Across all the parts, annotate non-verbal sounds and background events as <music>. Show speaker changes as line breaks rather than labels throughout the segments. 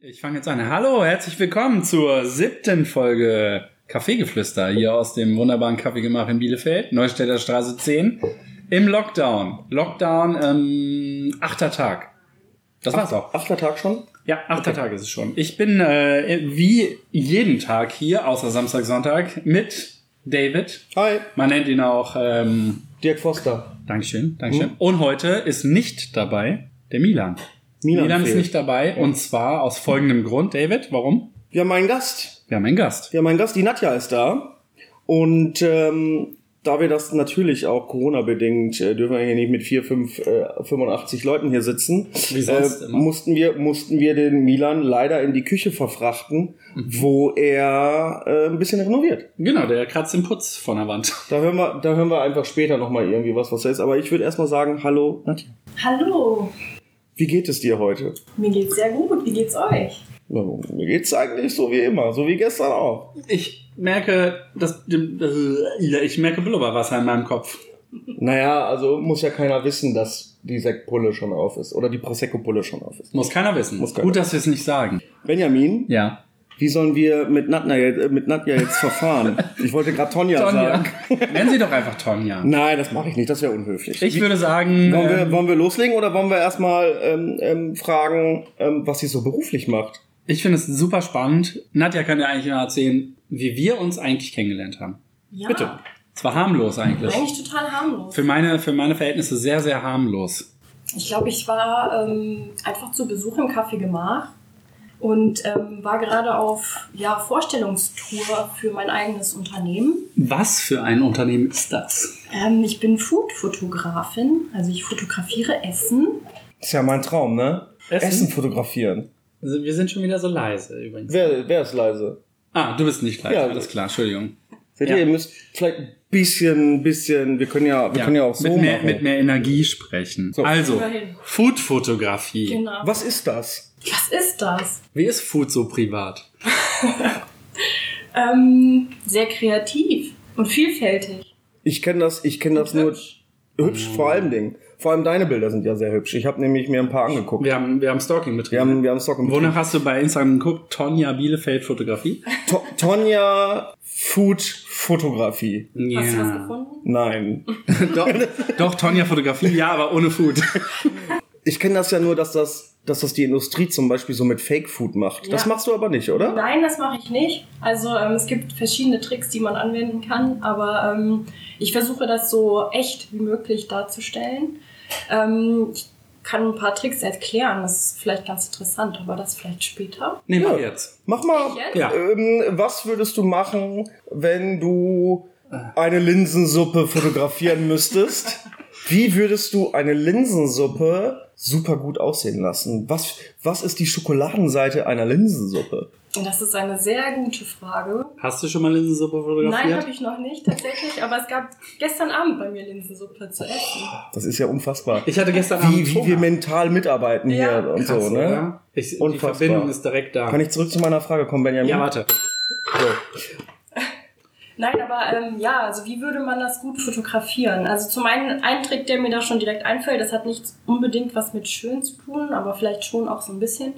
Ich fange jetzt an. Hallo, herzlich willkommen zur siebten Folge Kaffeegeflüster hier aus dem wunderbaren Kaffeegemach in Bielefeld, Neustädter Straße 10, im Lockdown. Lockdown, ähm, achter Tag. Das war's auch.
Achter Tag schon?
Ja, achter Tag ist es schon. Ich bin äh, wie jeden Tag hier, außer Samstag, Sonntag, mit David.
Hi.
Man nennt ihn auch. Ähm,
Dirk Foster.
Dankeschön, Dankeschön. Und heute ist nicht dabei der Milan. Milan, ist
fehlt.
nicht dabei und zwar aus folgendem Grund, David. Warum?
Wir haben einen Gast.
Wir haben einen Gast.
Wir haben einen Gast. Die Nadja ist da. Und ähm, da wir das natürlich auch Corona-bedingt, äh, dürfen wir hier nicht mit 4, 5, äh, 85 Leuten hier sitzen, äh,
Wie sonst immer.
mussten, wir, mussten wir den Milan leider in die Küche verfrachten,
Mhm.
wo er äh, ein bisschen renoviert.
Genau, der kratzt den Putz von der Wand.
Da hören wir, da hören wir einfach später nochmal irgendwie was, was da ist. Aber ich würde erstmal sagen, hallo Nadja.
Hallo,
Wie geht es dir heute?
mir geht's sehr gut. Wie geht's euch?
Na, Mir geht's eigentlich so wie immer, so wie gestern auch.
Ich merke, dass äh, ich merke Blubberwasser in meinem Kopf.
Naja, also muss ja keiner wissen, dass die Sektpulle schon auf ist oder die Prosecco-Pulle schon auf ist.
Muss keiner wissen.
Muss keiner.
Gut, dass wir es nicht sagen.
Benjamin,
Ja.
wie sollen wir mit Nadja, jetzt- äh, mit Nadja jetzt
<laughs>
verfahren? Ich wollte gerade Tonja,
Tonja.
sagen.
Nennen Sie doch einfach <laughs> Tonja.
Nein, das mache ich nicht, das wäre unhöflich.
Ich
Wie-
würde sagen,
wollen, wir,
ähm,
wollen wir loslegen oder wollen wir erstmal ähm, ähm, fragen, ähm, was sie so beruflich macht?
ich finde es super spannend. Nadja kann ja eigentlich mal erzählen, wie wir uns eigentlich kennengelernt haben.
Ja,
Bitte.
Es war harmlos eigentlich.
eigentlich total harmlos.
Für meine, für meine Verhältnisse sehr, sehr harmlos.
Ich glaube, ich war ähm, einfach zu Besuch im Café Gemach und ähm, war gerade auf ja, Vorstellungstour für mein eigenes Unternehmen.
Was für ein Unternehmen ist das?
Ähm, ich bin Food-Fotografin, also ich fotografiere Essen.
Ist ja mein Traum, ne?
Essen?
Essen, fotografieren.
Also wir sind schon wieder so leise übrigens.
Wer, wer ist leise?
Ah, du bist nicht leise.
Ja.
Alles klar, Entschuldigung.
Seht
Ja.
ihr, ihr müsst vielleicht ein bisschen, bisschen, wir können ja, wir können ja auch so
mit, mehr,
machen.
mit mehr Energie sprechen.
So.
Also,
Immerhin.
Food-Fotografie.
Genau.
Was ist das?
Was ist das?
Wie ist Food so privat?
Ähm, sehr kreativ und vielfältig.
Ich kenne das, ich kenne das nur
Hübsch.
hübsch vor allem Dingen. Vor allem deine Bilder sind ja sehr hübsch. Ich habe nämlich mir ein paar angeguckt.
Wir haben, wir haben Stalking betrieben.
Wir haben wir haben Socken. mit-
Wonach hast du bei Instagram geguckt? Tonja Bielefeld Fotografie?
To Tonja Food Fotografie.
Ja.
Hast du was gefunden?
Nein.
doch, doch, Tonja Fotografie, ja, aber ohne
<laughs>
Food.
Ich kenne das ja nur, dass das dass das die Industrie zum Beispiel so mit Fake Food macht.
Ja.
Das machst du aber nicht, oder?
Nein, das mache ich nicht. Also ähm, es gibt verschiedene Tricks, die man anwenden kann, aber ähm, ich versuche das so echt wie möglich darzustellen. Ähm, ich kann ein paar Tricks erklären, das ist vielleicht ganz interessant, aber das vielleicht später.
Nehmen wir
Ja.
jetzt.
Mach mal.
Jetzt?
Ja.
Ähm, was würdest du machen, wenn du eine Linsensuppe
<laughs>
fotografieren müsstest? Wie würdest du eine Linsensuppe super gut aussehen lassen? Was, was ist die Schokoladenseite einer Linsensuppe?
Und das ist eine sehr gute Frage.
Hast du schon mal Linsensuppe fotografiert?
Nein, habe ich noch nicht tatsächlich, aber es gab gestern Abend bei mir Linsensuppe zu essen.
Das ist ja unfassbar.
ich hatte gestern
Wie,
Abend
wie wir
Hunger.
mental mitarbeiten
Ja.
hier und
Krass,
so, ne?
oder? Ich, die
Unfassbar.
Verbindung ist direkt da.
Kann ich zurück zu meiner Frage kommen, Benjamin?
ja, warte.
So.
Nein, aber ähm, ja, also wie würde man das gut fotografieren? Also zum einen ein Trick, der mir da schon direkt einfällt, das hat nicht unbedingt was mit schön zu tun, aber vielleicht schon auch so ein bisschen.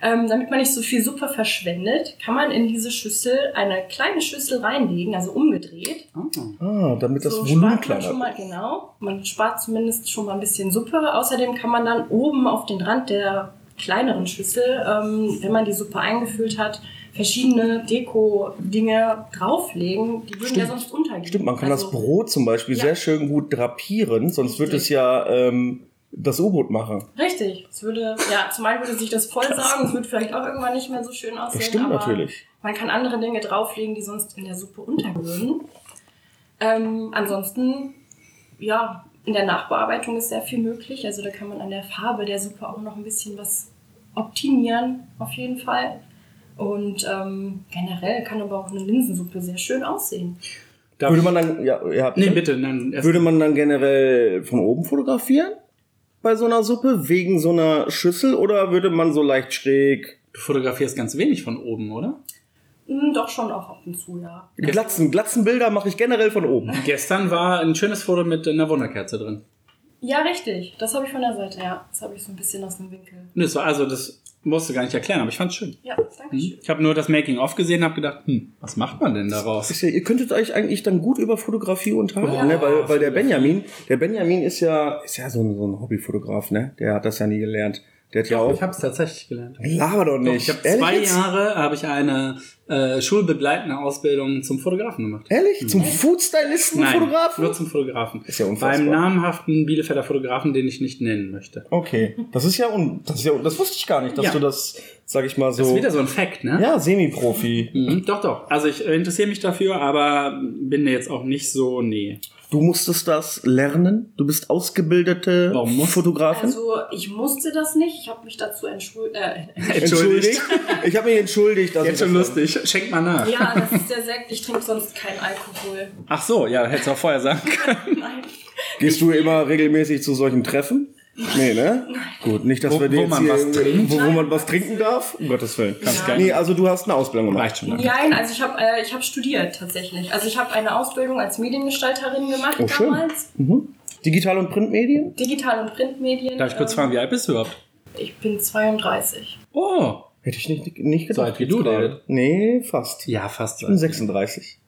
Ähm, damit man nicht so viel Suppe verschwendet, kann man in diese Schüssel eine kleine Schüssel reinlegen, also umgedreht.
Oh.
Ah, damit das
so
Volumen
spart man schon
kleiner
mal, genau. Man spart zumindest schon mal ein bisschen Suppe. Außerdem kann man dann oben auf den Rand der kleineren Schüssel, ähm, wenn man die Suppe eingefüllt hat, verschiedene Deko-Dinge drauflegen. Die würden ja
Stimmt.
sonst untergehen.
Stimmt, man kann
Also-
das Brot zum Beispiel
Ja.
sehr schön gut drapieren, sonst wird
Richtig.
es ja ähm, das U-Boot machen.
Richtig. Es würde, ja, zum einen würde sich das voll sagen, es würde vielleicht auch irgendwann nicht mehr so schön aussehen.
Das stimmt
aber
natürlich.
Man kann andere Dinge drauflegen, die sonst in der Suppe untergehen. Ähm, ansonsten, ja, in der Nachbearbeitung ist sehr viel möglich. Also da kann man an der Farbe der Suppe auch noch ein bisschen was optimieren, auf jeden Fall. Und ähm, generell kann aber auch eine Linsensuppe sehr schön aussehen.
Darf
Würde
ich-
man dann, ja, ja ne?
Nee, bitte, nein. erst-
würde man dann generell von oben fotografieren? Bei so einer Suppe? Wegen so einer Schüssel? Oder würde man so leicht schräg
Du fotografierst ganz wenig von oben, oder?
Hm, doch schon auch ab und zu, ja.
glatzen? Glatzenbilder mache ich generell von oben.
Gestern war ein schönes Foto mit einer Wunderkerze drin.
Ja, richtig. Das habe ich von der Seite, ja. Das habe ich so ein bisschen aus dem Winkel.
Nö, Das war, also das musst du gar nicht erklären, aber ich fand's schön. Hm?
Ja,
Hm?
danke schön.
Ich habe nur das Making-of gesehen und habe gedacht, hm, was macht man denn daraus?
Ist ja, ihr könntet euch eigentlich dann gut über Fotografie unterhalten, ne? weil, weil der Benjamin, der Benjamin ist ja, ist ja so ein, so ein Hobbyfotograf, ne? Der hat das ja nie gelernt. Der hat ja auch.
habe es tatsächlich gelernt.
Laber doch nicht.
Ich habe
Ehrlich
zwei
jetzt?
Jahre habe ich eine äh, schulbegleitende Ausbildung zum Fotografen gemacht.
Ehrlich? Zum Foodstylisten
Nein,
Fotografen?
nur zum Fotografen.
Ist ja unfassbar.
Beim namhaften Bielefelder Fotografen, den ich nicht nennen möchte.
Okay, das ist ja un das, ist ja, das wusste ich gar nicht, dass
Ja.
du das, sag ich mal so,
Das ist wieder so ein Fact, ne?
ja Semi-Profi.
Mhm, doch, doch. Also ich äh, interessiere mich dafür, aber bin da jetzt auch nicht so, nee.
Du musstest das lernen. Du bist ausgebildete
Warum muss-
Fotografin.
Also, ich musste das nicht. Ich habe mich dazu entschuldigt. Äh,
entschuldigt. ich habe mich entschuldigt. Dass
Jetzt
ich
schon
das-
lustig. Schenk mal nach.
ja, das ist der Sekt. Ich trinke sonst keinen Alkohol.
Ach so, ja, hättest du auch vorher sagen können.
Nein.
Gehst du immer regelmäßig zu solchen Treffen? Nee, ne? Gut, nicht, dass
Wo-
wir dir
wo
jetzt
man
hier,
was trinkt?
wo, wo man was trinken darf. Um Gottes Willen.
Kannst gar
Nee,
nicht.
also du hast eine Ausbildung gemacht.
Reicht schon lange.
Nein, also ich habe äh, ich hab studiert tatsächlich. Also ich habe eine Ausbildung als Mediengestalterin gemacht
Oh, schön.
damals.
Mhm. Digital- und Printmedien?
Digital- und Printmedien.
Darf ich kurz
äh,
ähm,
fragen, wie alt bist du überhaupt?
Ich bin 32.
Oh,
Hätte ich nicht, nicht gedacht.
So alt wie
jetzt
du,
gerade.
David.
Nee, fast. Ich
ja, fast.
bin 36.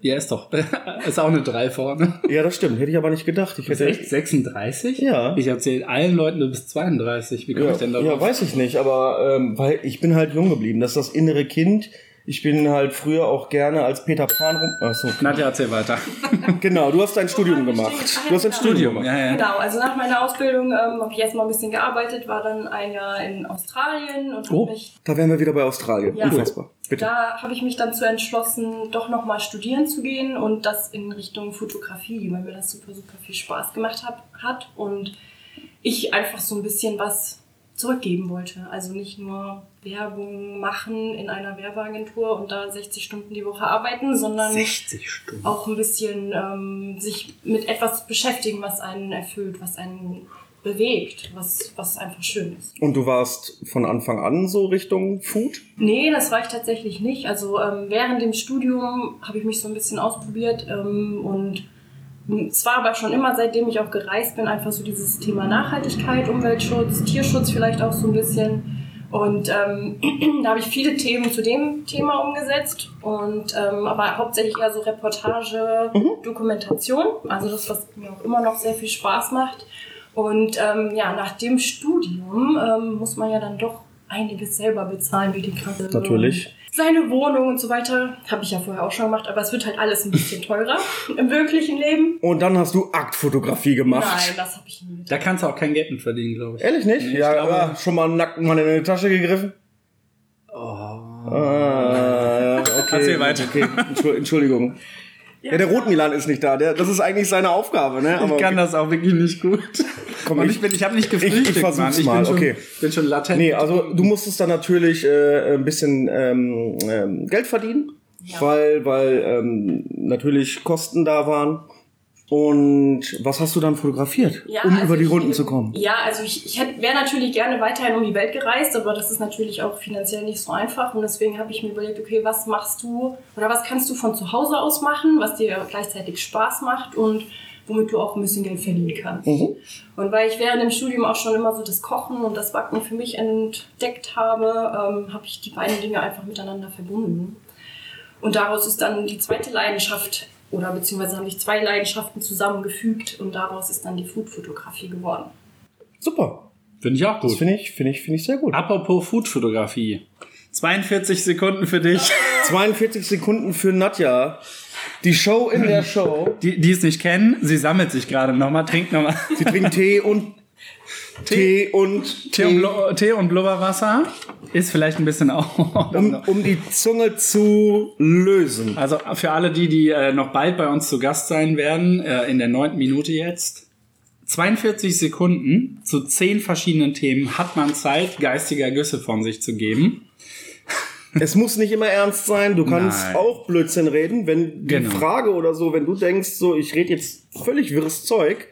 Ja, ist doch. <laughs> ist auch eine 3 vorne.
Ja, das stimmt. Hätte ich aber nicht gedacht. Ich
Du bist
hätte
echt 36?
Ja.
Ich erzähle allen Leuten, du bist 32. Wie komme
Ja,
ich denn
ja,
darauf?
weiß ich nicht, aber ähm, weil ich bin halt jung geblieben. Das ist das innere Kind. Ich bin halt früher auch gerne als Peter Pan rum. Achso.
Nadja, erzähl weiter.
<laughs> Genau, du hast dein Studium
Mann,
gemacht.
stimmt. Ah,
Du hast dein
ja,
Studium gemacht.
Ja, ja.
Genau, also nach meiner Ausbildung ähm, habe ich erstmal ein bisschen gearbeitet, war dann ein Jahr in Australien und hab
Oh.
mich,
Da wären wir wieder bei Australien.
Ja.
Unfassbar. Bitte.
da habe ich mich dann zu entschlossen, doch nochmal studieren zu gehen und das in Richtung Fotografie, weil mir das super, super viel Spaß gemacht hab, hat und ich einfach so ein bisschen was zurückgeben wollte. Also nicht nur Werbung machen in einer Werbeagentur und da 60 Stunden die Woche arbeiten, sondern
60 Stunden.
auch ein bisschen ähm, sich mit etwas beschäftigen, was einen erfüllt, was einen bewegt, was, was einfach schön ist.
Und du warst von Anfang an so Richtung Food?
Nee, das war ich tatsächlich nicht. Also ähm, während dem Studium habe ich mich so ein bisschen ausprobiert ähm, und zwar aber schon immer, seitdem ich auch gereist bin, einfach so dieses Thema Nachhaltigkeit, Umweltschutz, Tierschutz vielleicht auch so ein bisschen. Und ähm, <clears throat> da habe ich viele Themen zu dem Thema umgesetzt und ähm, aber hauptsächlich eher so Reportage, Dokumentation, also das, was mir auch immer noch sehr viel Spaß macht. Und ähm, ja, nach dem Studium ähm, muss man ja dann doch einiges selber bezahlen, wie die Kasse.
Natürlich.
Seine Wohnung und so weiter habe ich ja vorher auch schon gemacht, aber es wird halt alles ein bisschen teurer <laughs> im wirklichen Leben.
Und dann hast du Aktfotografie
Nein,
gemacht.
das habe ich nie getan.
Da kannst du auch kein Geld mit verdienen, glaube ich.
Ehrlich nicht?
Nee, ich
ja,
glaube-
aber schon mal einen nackten Mann in die Tasche gegriffen?
Oh.
Ah, okay.
Erzähl weiter.
Okay. Entschu- Entschuldigung. Ja, der Rotmilan ist nicht da. Der, das ist eigentlich seine Aufgabe, ne?
Ich
Aber
kann
okay.
das auch wirklich nicht gut.
Komm,
Und
ich-
ich, bin, ich habe nicht gefrühstückt,
ich versuch's
Mann.
mal,
bin schon,
okay.
bin schon latent.
Nee, also du musstest dann natürlich äh, ein bisschen ähm, ähm, Geld verdienen,
Ja.
weil, weil ähm, natürlich Kosten da waren. Und was hast du dann fotografiert,
Ja,
um
also
über die
ich-
Runden zu kommen?
Ja, also ich, ich wäre natürlich gerne weiterhin um die Welt gereist, aber das ist natürlich auch finanziell nicht so einfach. Und deswegen habe ich mir überlegt, okay, was machst du oder was kannst du von zu Hause aus machen, was dir gleichzeitig Spaß macht und womit du auch ein bisschen Geld verdienen kannst.
Mhm.
Und weil ich während dem Studium auch schon immer so das Kochen und das Backen für mich entdeckt habe, ähm, habe ich die beiden Dinge einfach miteinander verbunden. Und daraus ist dann die zweite Leidenschaft oder beziehungsweise haben sich zwei Leidenschaften zusammengefügt und daraus ist dann die Foodfotografie geworden.
Super.
Finde ich auch
Das
gut.
finde ich, finde ich, finde ich sehr gut.
Apropos Foodfotografie. 42 Sekunden für dich.
42 Sekunden für Nadja. Die Show in der Show.
Die, die es nicht kennen, sie sammelt sich gerade nochmal, trinkt nochmal
Sie trinkt Tee und Tee, und
Tee und, Blu- Tee und Blubberwasser. Ist vielleicht ein bisschen auch.
um, um die Zunge zu lösen.
Also für alle die, die äh, noch bald bei uns zu Gast sein werden, äh, in der neunten Minute jetzt, 42 Sekunden zu zehn verschiedenen Themen hat man Zeit, geistige Ergüsse von sich zu geben.
Es muss nicht immer ernst sein. Du kannst
Nein.
auch Blödsinn reden, wenn die
Genau.
Frage oder so, wenn du denkst, so ich rede jetzt völlig wirres Zeug,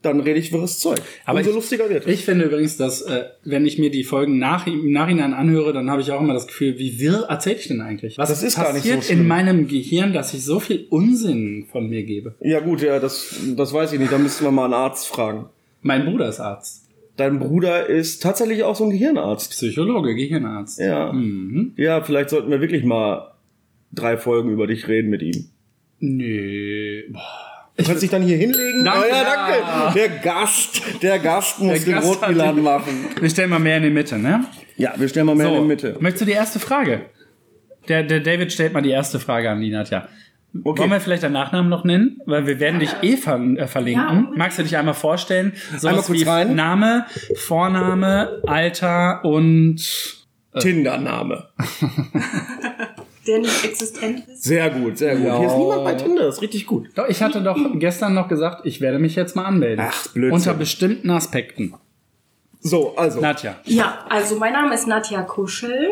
dann rede ich wirres Zeug.
Aber
Umso
ich-
lustiger wird es.
Ich finde übrigens, dass äh, wenn ich mir die Folgen nach, im Nachhinein anhöre, dann habe ich auch immer das Gefühl, wie wirr erzähle ich denn eigentlich? Was
Das ist gar
passiert
nicht so schlimm.
in meinem Gehirn, dass ich so viel Unsinn von mir gebe?
Ja gut, ja, das, das weiß ich nicht. Da müssten wir mal einen Arzt fragen.
Mein Bruder ist Arzt,
Dein Bruder ist tatsächlich auch so ein Gehirnarzt.
Psychologe, Gehirnarzt.
Ja.
Mhm.
Ja, vielleicht sollten wir wirklich mal drei Folgen über dich reden mit ihm.
Nee. Boah.
Du kannst dich dann hier hinlegen.
Danke.
Oh ja, danke. Der Gast, der Gast muss den
Gast hat
Rotmilan
die-
machen.
Wir stellen mal mehr in die Mitte, ne?
Ja, wir stellen mal mehr in die Mitte.
Möchtest du die erste Frage? Der, der David stellt mal die erste Frage an die Nadja.
Okay.
Wollen wir vielleicht deinen Nachnamen noch nennen? Weil wir werden dich eh ver äh,
Ja,
verlinken.
unbedingt.
Magst du dich einmal vorstellen? So
Einmal kurz rein.
Name, Vorname, Alter und...
Tinder-Name.
der nicht existent ist.
Sehr gut, sehr gut.
Ja.
Hier ist niemand bei Tinder, das ist richtig gut.
Doch, ich hatte doch gestern noch gesagt, ich werde mich jetzt mal anmelden.
Ach, Blödsinn.
Unter bestimmten Aspekten.
So, also.
Nadja.
Ja, also mein Name ist Nadja Kuschel.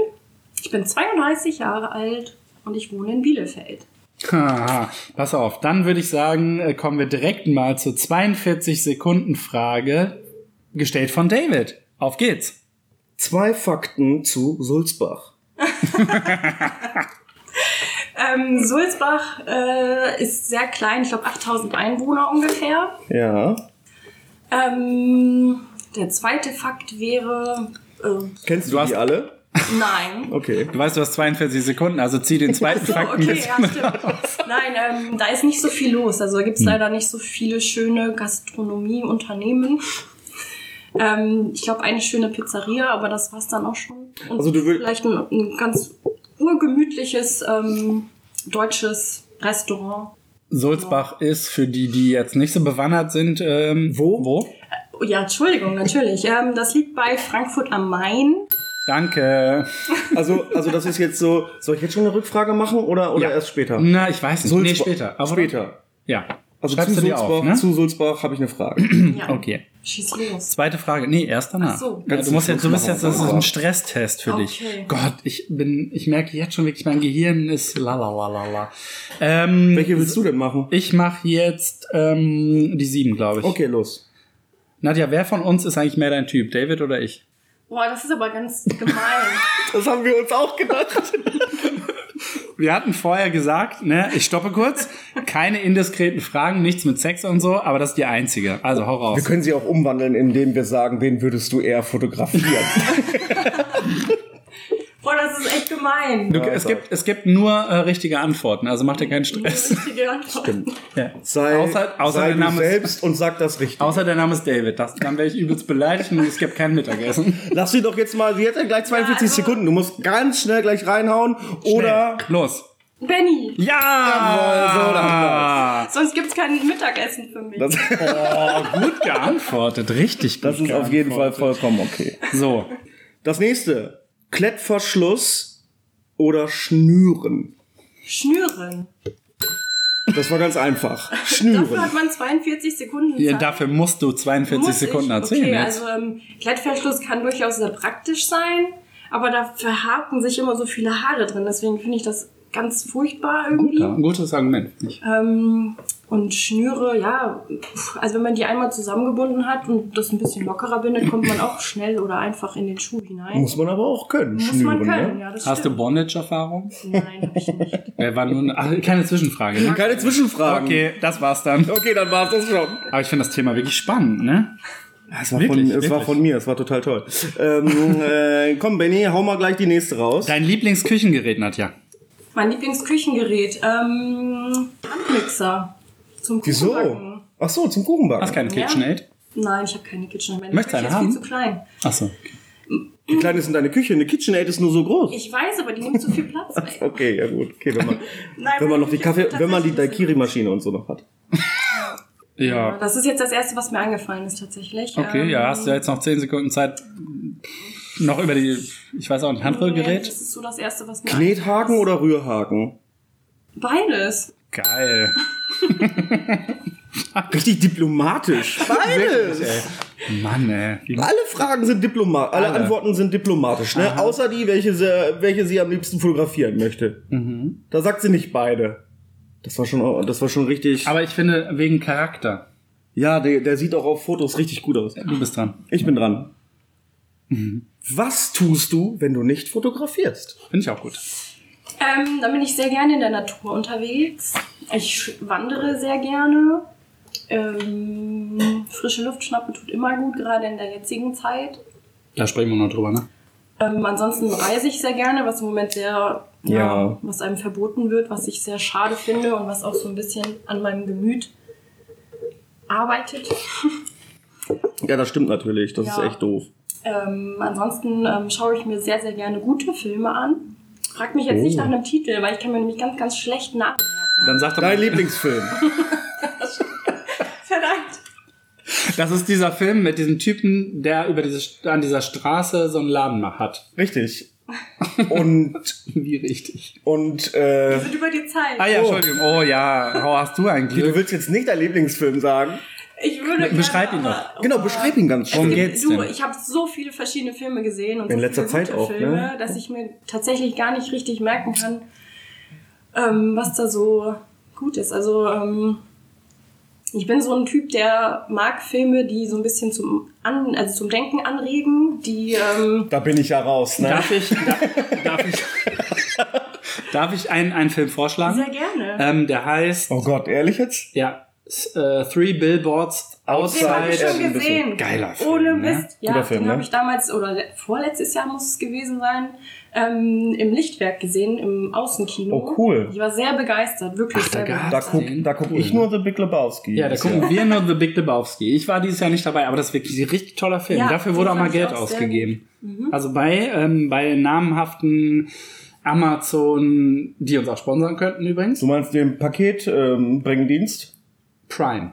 Ich bin 32 Jahre alt und ich wohne in Bielefeld.
Haha, pass auf, dann würde ich sagen, äh, kommen wir direkt mal zur 42-Sekunden-Frage, gestellt von David. Auf geht's.
Zwei Fakten zu Sulzbach.
Ähm, Sulzbach äh, ist sehr klein, ich glaube 8000 Einwohner ungefähr.
Ja.
Ähm, der zweite Fakt wäre, äh,
Kennst du,
Du hast-
die alle?
nein.
Okay.
Du weißt, du hast 42 Sekunden, also zieh
<laughs>
den zweiten
So,
Fakten
okay,
jetzt.
ja, stimmt. Nein, ähm, da ist nicht so viel los. Also da gibt
Hm.
es leider nicht so viele schöne Gastronomieunternehmen. Ähm, ich glaube, eine schöne Pizzeria, aber das war's dann auch schon. Und
Also du würd-
vielleicht ein, ein ganz urgemütliches ähm, deutsches Restaurant.
Sulzbach ist für die, die jetzt nicht so bewandert sind, ähm,
Wo?
Wo?
Oh, ja, Entschuldigung, natürlich. Ähm, das liegt bei Frankfurt am Main.
Danke.
Also, also das ist jetzt so. Soll ich jetzt schon eine Rückfrage machen oder, oder
Ja.
erst später?
Na, ich weiß nicht.
Sulzbach-
Nee, später. Aber-
später.
Ja.
Also
Schreibst
zu
du dir
Sulzbach,
auf, ne?
zu Sulzbach habe ich eine Frage.
Ja.
Hm, Okay.
Schieß los.
Zweite Frage. Nee, erst danach.
Ach so.
ja,
Ganz
du
zum
musst jetzt, du
Schluss
bist jetzt,
machen.
das ist ein Stresstest für dich.
Okay.
Gott, ich bin, ich merke jetzt schon wirklich, mein Gehirn ist lalalalala. Ähm,
Welche willst du denn machen?
Ich mache jetzt ähm, die sieben, glaube ich.
Okay, los.
Nadja, wer von uns ist eigentlich mehr dein Typ? David oder ich?
Boah, das ist aber ganz
<laughs>
gemein.
Das haben wir uns auch gedacht.
Wir hatten vorher gesagt, ne, ich stoppe <laughs> kurz, keine indiskreten Fragen, nichts mit Sex und so, aber das ist die einzige. Also hau
Wir
raus.
können sie auch umwandeln, indem wir sagen, wen würdest du eher fotografieren? <laughs>
Boah, das ist echt gemein.
Du, es, gibt, es gibt nur äh, richtige Antworten, also mach dir keinen Stress. <laughs>
Richtige Antwort.
Ja.
Sei,
Außer- außer
sei
der
du
Name ist-
selbst und sag das richtig.
Außer der Name ist David, das, dann wäre ich übelst beleidigt und es gibt kein Mittagessen.
Lass sie doch jetzt mal, sie hat ja gleich 42
also-
Sekunden. Du musst ganz schnell gleich reinhauen. <laughs> Oder.
Schnell. Los.
Benny,
Ja!
Jawohl, so dann
sonst gibt's kein Mittagessen für mich.
Das,
Oh, gut geantwortet, richtig gut
das ist auf jeden Fall
geantwortet.
vollkommen okay.
So,
Das nächste. Klettverschluss oder Schnüren.
Schnüren.
Das war ganz einfach.
Dafür
Schnüren.
hat man 42 Sekunden Zeit.
ja, dafür musst du 42
Muss ich?
Sekunden erzählen
Okay,
jetzt.
also ähm, Klettverschluss kann durchaus sehr praktisch sein, aber da verhaken sich immer so viele Haare drin. Deswegen finde ich das ganz furchtbar irgendwie.
ja, ein gutes Argument.
Ähm, und Schnüre, ja, pf, also wenn man die einmal zusammengebunden hat und das ein bisschen lockerer bindet, kommt man auch schnell oder einfach in den Schuh hinein.
Muss man aber auch können.
Muss
Schnüren,
man können,
ne?
ja, das
Hast du
stimmt.
Bondage-Erfahrung?
Nein, hab ich nicht.
Äh, war nur eine, ach, keine Zwischenfrage, ne?
Keine Zwischenfragen.
Okay, das war's dann.
Okay, dann war's das schon.
Aber ich finde das Thema wirklich spannend, ne?
Ah, Es war,
Wirklich,
von, es
wirklich.
war von mir, es war total toll. Ähm, äh, komm, Benny, hau mal gleich die nächste raus.
Dein Lieblingsküchengerät, Nadja.
Mein Lieblingsküchengerät, ähm, Handmixer. Zum Kuchenbacken.
Wieso? Ach so, zum Kuchenbacken.
Hast keine
Ja.
KitchenAid?
Nein, ich habe keine KitchenAid. Meine
Möchtest du eine
Küche ist
haben?
viel zu klein.
Ach so.
Wie klein ist denn deine Küche? Eine KitchenAid ist nur so groß.
Ich weiß, aber die nimmt zu viel
<laughs>
Platz weg.
Okay, ja gut. Okay, wenn man,
<laughs> Nein,
wenn man noch die
meine Küche
Kaffee,
ist
wenn man die
tatsächlich so-
Daikiri-Maschine und so noch hat.
Ja.
Das ist jetzt das Erste, was mir angefallen ist tatsächlich. Ähm,
Okay, ja, hast du ja jetzt noch 10 Sekunden Zeit, noch über die, ich weiß auch, ein
Nee,
Handrührgerät?
das ist so das Erste, was mir
Knethaken oder Rührhaken?
Beides.
Geil.
Richtig diplomatisch. <laughs> Beides.
Mann, ey. Wie-
Alle Fragen sind diplomatisch, alle,
Alle.
Antworten sind diplomatisch, ne? Außer die, welche sie, welche sie am liebsten fotografieren möchte.
Hm.
Da sagt sie nicht beide. Das war schon, das war schon richtig.
Aber ich finde, wegen Charakter.
Ja, der, der sieht auch auf Fotos richtig gut aus.
Du bist dran.
Ich bin dran.
Mhm.
Was tust du, wenn du nicht fotografierst?
Finde ich auch gut.
Ähm, da bin ich sehr gerne in der Natur unterwegs. Ich sch- wandere sehr gerne. Ähm, frische Luft schnappen tut immer gut, gerade in der jetzigen Zeit.
Da sprechen wir noch drüber, ne?
Ähm, ansonsten reise ich sehr gerne, was im Moment sehr, ja,
Ja.
was einem verboten wird, was ich sehr schade finde und was auch so ein bisschen an meinem Gemüt arbeitet.
Ja, das stimmt natürlich. Das
Ja.
ist echt doof.
Ähm, ansonsten ähm, schaue ich mir sehr, sehr gerne gute Filme an. Frag mich jetzt
Oh.
nicht nach einem Titel, weil ich kann mir nämlich ganz, ganz schlecht nach.
Dann sag doch
Dein
mal, <laughs>
Lieblingsfilm.
Verdammt!
das ist dieser Film mit diesem Typen, der über diese, St- an dieser Straße so einen Laden macht. hat. <laughs>
Richtig. Und,
Wie richtig.
und, äh,
Wir sind über die Zeit.
Ah ja,
Oh.
Entschuldigung. Oh ja, oh, hast du ein
wie, du
Glück.
willst jetzt nicht dein Lieblingsfilm sagen.
Ich würde
Be- beschreib
gerne,
ihn doch.
aber-
Genau, beschreib ihn ganz
Worum
schön.
geht's
Du,
denn?
ich habe so viele verschiedene Filme gesehen und
In
so
letzter
viele
Zeit
gute
auch, ne?
Filme, dass ich mir tatsächlich gar nicht richtig merken kann, ähm, was da so gut ist. Also ähm, ich bin so ein Typ, der mag Filme, die so ein bisschen zum An also zum Denken anregen, die ähm,
Da bin ich ja raus, ne?
Darf ich, darf, darf ich, darf ich <laughs> einen, einen Film vorschlagen?
sehr gerne.
Ähm, der heißt,
Oh Gott, ehrlich jetzt?
ja, s- äh, Three Billboards
Den habe ich
Outside.
Outside.
schon
also ein bisschen
gesehen.
geiler Film, ne?
Ohne Mist. Ja,
Guter Film,
den
ne?
habe ich damals, oder le- vorletztes Jahr muss es gewesen sein, ähm, im Lichtwerk gesehen, im Außenkino.
Oh, cool.
Ich war sehr begeistert, wirklich
Ach, da
sehr
gab's-
Da
begeistert.
guck,
Den?
da guck
Cool,
ich
ne?
nur The Big Lebowski.
Ja, da
Das Jahr.
gucken wir nur The Big Lebowski. Ich war dieses Jahr nicht dabei, aber das ist wirklich ein richtig toller Film.
Ja,
Dafür
den
wurde auch
fand
mal
ich
Geld
auch sehr Mhm.
ausgegeben. Also bei, ähm, bei namenhaften Amazon, die uns auch sponsern könnten übrigens,
Du meinst den Paket, ähm, Bringdienst?
Prime.